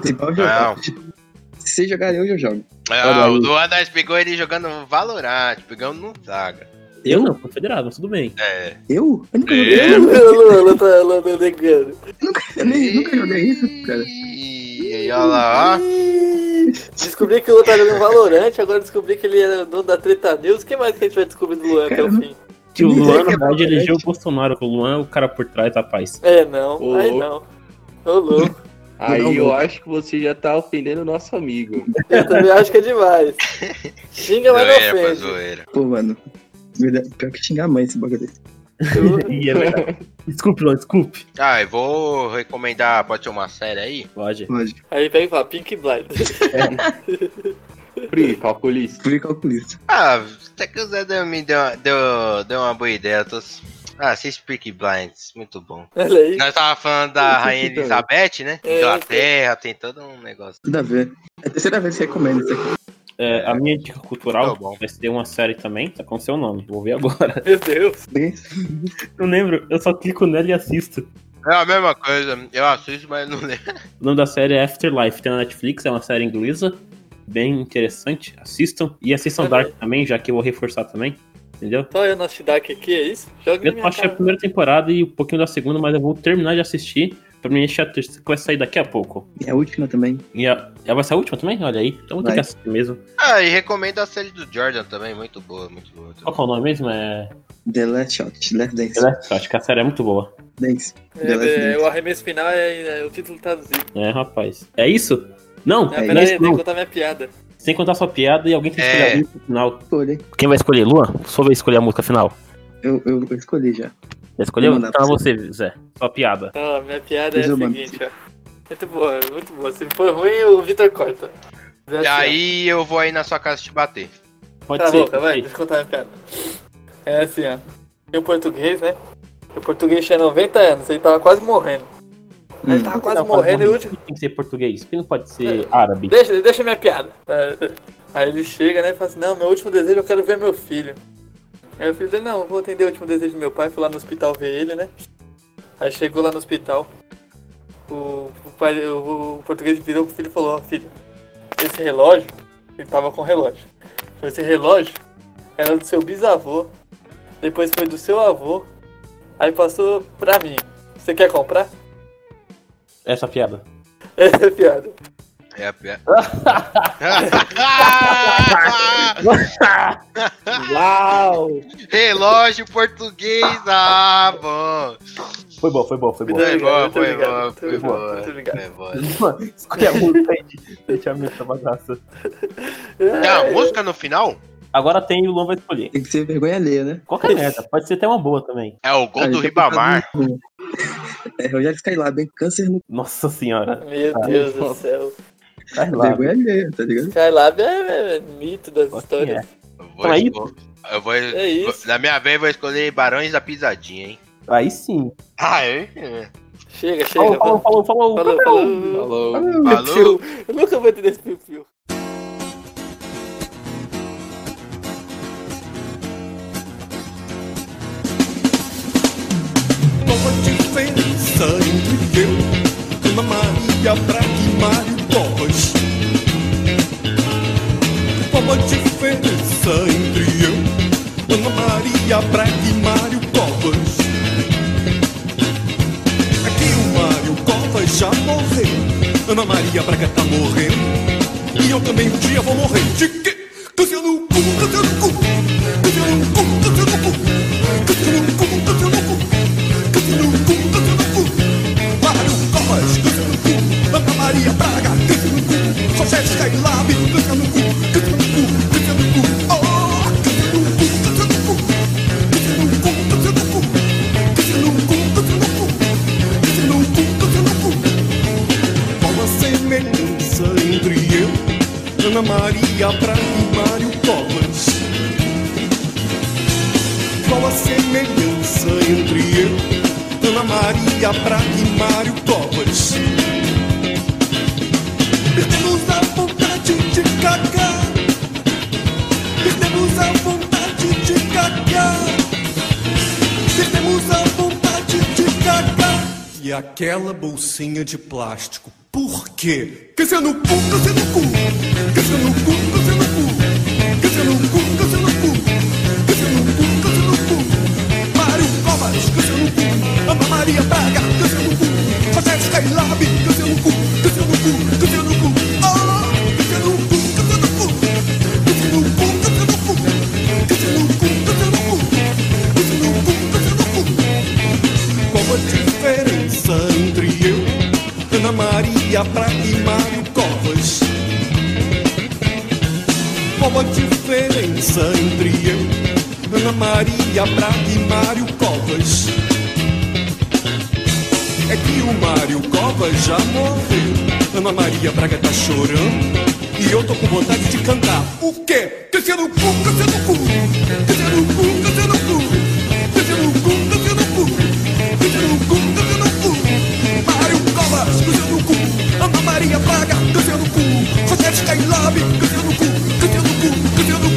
Speaker 5: Igual
Speaker 3: Não.
Speaker 5: eu jogar. Se vocês jogarem hoje, eu jogo.
Speaker 3: Ah,
Speaker 1: aí.
Speaker 3: o Luan nós pegou ele jogando Valorant, pegando no Zaga.
Speaker 1: Eu não, com o Federado, mas tudo bem.
Speaker 3: É.
Speaker 5: Eu? Eu nunca joguei,
Speaker 3: É.
Speaker 5: eu nunca-
Speaker 2: Lula tá negando.
Speaker 5: eu nem, nunca joguei isso, cara.
Speaker 3: E olha lá, ó.
Speaker 2: Descobri que o Lula tá jogando Valorant, agora descobri que ele era dono da Treta News. O que mais que a gente vai descobrir do Luan até o fim?
Speaker 1: Que o
Speaker 5: Nem sei
Speaker 1: Luan, na
Speaker 5: que é
Speaker 1: verdade,
Speaker 5: Valorant.
Speaker 1: elegeu o Bolsonaro. que O Luan é o cara por trás, rapaz.
Speaker 2: É, não.
Speaker 6: Ô,
Speaker 2: Aí não. Ô, louco.
Speaker 6: Aí
Speaker 5: Não,
Speaker 6: eu
Speaker 5: não.
Speaker 6: acho que você já tá ofendendo o nosso amigo.
Speaker 2: Eu também acho que é demais. Xinga, mas não
Speaker 3: Zoeira, pô,
Speaker 2: ofende.
Speaker 3: zoeira.
Speaker 5: Pô, mano. Verdade, Pior que xingar a mãe esse bagulho.
Speaker 2: Eu-
Speaker 1: Ih, é verdade. Desculpe, Luan, desculpe.
Speaker 3: Ah, eu vou recomendar, pode ser uma série aí?
Speaker 1: Pode.
Speaker 5: Lógico.
Speaker 2: Aí pega e fala, Pink Blind.
Speaker 6: Pri, calculista.
Speaker 5: Fui calculista.
Speaker 3: Ah, até que o Zé deu, me deu, deu, deu uma boa ideia. eu Tô... Ah, assiste Peaky Blinds, muito bom.
Speaker 2: Olha aí.
Speaker 3: Nós tava falando da Rainha Elizabeth, né?
Speaker 2: É,
Speaker 3: Inglaterra, tem todo um negócio.
Speaker 5: Tudo a ver. É a terceira vez que recomendo isso aqui.
Speaker 1: É, a minha dica cultural
Speaker 3: Tá bom.
Speaker 1: vai ser uma série também, tá com seu nome. Vou ver agora.
Speaker 2: Meu Deus.
Speaker 5: Bem,
Speaker 1: Não lembro, eu só clico nela e assisto.
Speaker 3: É a mesma coisa, eu assisto, mas não lembro.
Speaker 1: O nome da série é Afterlife, tem na Netflix, é uma série inglesa, bem interessante. Assistam. E assistam
Speaker 2: Olha aí.
Speaker 1: Dark também, já que eu vou reforçar também. Entendeu?
Speaker 2: Só eu na Shidaki aqui, é isso? Joga na
Speaker 1: Eu
Speaker 2: minha
Speaker 1: achei a
Speaker 2: cara.
Speaker 1: primeira temporada e um pouquinho da segunda, mas eu vou terminar de assistir pra mim encher a terceira, que vai sair daqui a pouco.
Speaker 5: e a última também.
Speaker 1: E a, ela vai ser a última também? Olha aí. Então vou ter
Speaker 5: Vai.
Speaker 1: que assistir mesmo.
Speaker 3: Ah, e recomendo a série do Jordan também, muito boa, muito boa.
Speaker 1: Qual que é o nome mesmo? É.
Speaker 5: The Last Shot. Last Dance.
Speaker 1: Eu acho que a série é muito boa.
Speaker 5: Dance. The Last
Speaker 2: É, é,
Speaker 5: Dance.
Speaker 2: o arremesso final é, é o título traduzido.
Speaker 1: É, rapaz. É isso? Não,
Speaker 2: Não,
Speaker 1: é,
Speaker 2: peraí,
Speaker 1: isso
Speaker 2: tem que
Speaker 1: não.
Speaker 2: contar minha piada.
Speaker 1: Sem contar sua piada e alguém tem que
Speaker 3: É.
Speaker 1: escolher a música final.
Speaker 5: Escolhi.
Speaker 1: Quem vai escolher? Luan? Sua vez escolher a música final.
Speaker 5: Eu, eu, eu escolhi já.
Speaker 1: Já escolheu?
Speaker 5: Vou mandar
Speaker 1: Então é você, Zé. Sua piada.
Speaker 2: Então, minha piada é
Speaker 5: Pois
Speaker 2: a
Speaker 5: eu mando.
Speaker 2: seguinte, ó. Muito boa, muito boa. Se for ruim, o Vitor corta. Mas é
Speaker 3: E
Speaker 2: assim, ó.
Speaker 3: aí eu vou aí na sua casa te bater.
Speaker 1: Pode
Speaker 2: Tá
Speaker 1: ser.
Speaker 2: bom, tá vai,
Speaker 1: pode
Speaker 2: deixa eu contar minha piada. É assim, ó. Tem um português, né? O português tinha 90 anos, ele tava quase morrendo. Ele
Speaker 5: Hum.
Speaker 2: tava
Speaker 1: ser.
Speaker 2: quase
Speaker 1: Não, pode-
Speaker 2: morrendo e o último.
Speaker 1: Por que Tem que ser português. Por que não pode ser árabe?
Speaker 2: Deixa, deixa minha piada. Aí ele chega, né, e fala assim, não, meu último desejo eu quero ver meu filho. Aí o filho dele, não, eu vou atender o último desejo do meu pai, fui lá no hospital ver ele, né? Aí chegou lá no hospital, o, o pai, o, o português virou pro filho e falou, ó, filho, esse relógio, ele tava com relógio. Falou, Esse relógio era do seu bisavô, depois foi do seu avô, aí passou pra mim. Você quer comprar?
Speaker 1: Essa piada.
Speaker 2: Essa é a piada.
Speaker 3: É a piada.
Speaker 6: Uau!
Speaker 3: Relógio português, ah, bom.
Speaker 1: Foi bom, foi bom, foi bom.
Speaker 2: Muito
Speaker 3: Foi
Speaker 2: obrigado,
Speaker 3: boa,
Speaker 2: muito
Speaker 3: foi
Speaker 2: obrigado,
Speaker 3: boa,
Speaker 2: muito
Speaker 3: foi
Speaker 2: obrigado,
Speaker 3: boa.
Speaker 2: muito obrigado.
Speaker 3: Foi boa.
Speaker 1: Mano, escolhe a música aí. Deixa um, a música bagaça.
Speaker 2: É,
Speaker 3: Tem a música no final?
Speaker 1: Agora tem e o Luan vai escolher.
Speaker 5: Tem que ser vergonha alheia, né?
Speaker 1: Qualquer merda. Pode ser até uma boa também.
Speaker 3: É o gol
Speaker 5: Ah,
Speaker 3: do
Speaker 5: ele tem
Speaker 3: Ribamar.
Speaker 5: colocado no- É, Rogério Skylab, hein? Câncer no
Speaker 1: Nossa senhora.
Speaker 2: Meu Deus do céu.
Speaker 1: Vai lá.
Speaker 5: vergonha alheia, tá ligado?
Speaker 2: Skylab é, é, é mito das
Speaker 1: Qual que
Speaker 2: histórias.
Speaker 3: Eu vou
Speaker 1: Então é
Speaker 3: esco- Eu vou.
Speaker 2: É isso.
Speaker 3: Na minha vez, eu vou escolher Barões da Pisadinha, hein?
Speaker 1: Aí sim.
Speaker 3: Ah, é?
Speaker 2: Chega, chega.
Speaker 1: Falou, falou,
Speaker 2: vamos.
Speaker 1: falou, falou.
Speaker 2: Falou, falou.
Speaker 6: Falou.
Speaker 3: Falou.
Speaker 2: Eu nunca vou entender esse perfil.
Speaker 8: Boa diferença entre eu, Ana Maria Braga e Mário Covas. Boa diferença entre Maria Braga e Mário Covas. Aqui o Mário Covas já morreu. Ana Maria Braga tá morrendo. E eu também um dia vou morrer. De quê? Cancela o cu, cancela o cu. Cancela o cu, cancela o cu. Cancela o cu, cancela o cu. Cancela o cu, cancela o cu. Mário Covas, cancela o cu. Ana Maria Braga, cancela o cu. José Skylab, cancela o cu. Cancela o cu, cancela o cu. Oh, cancela o cu, cancela o cu. Cancela o cu, cancela o cu. Cancela o cu, cancela o cu. Cancela o cu, cancela o cu. Há uma semelhança entre eu, Ana Maria Braga e Mário Covas. Qual a semelhança entre eu, Ana Maria Braga e Mário Covas? Perdemos a vontade de cagar. Perdemos a vontade de cagar. Perdemos a vontade de cagar. E aquela bolsinha de plástico, por quê? Quer ser no cu, quer ser no cu. Quer ser no cu, quer ser no cu. Quer ser no cu, quer ser no cu. Quer ser no cu, quer ser no cu. Mário Covas, quer ser no cu. Ana Maria Braga, quer ser no cu. José Skylab, quer ser no cu. Quer ser no cu, quer ser no cu. Ah, quer ser no cu, quer ser no cu. Quer ser no cu, quer ser no cu. Quer ser no cu, quer ser no cu. Quer ser no cu, quer ser no cu. Qual a diferença entre eu, Ana Maria Braga e Mário Covas? Qual a diferença entre eu, Ana Maria Braga e Mário Covas? É que o Mário Covas já morreu. Ana Maria Braga tá chorando. E eu tô com vontade de cantar. O quê? Crescer no cu, crescer no cu. Crescer no cu, crescer no cu. Crescer no cu, crescer no cu. Crescer no cu, crescer no cu. Mário Covas, crescer no cu. Ana Maria Braga, crescer no cu. Ah, José Skylab, crescer no cu. Crescer no cu, crescer no cu.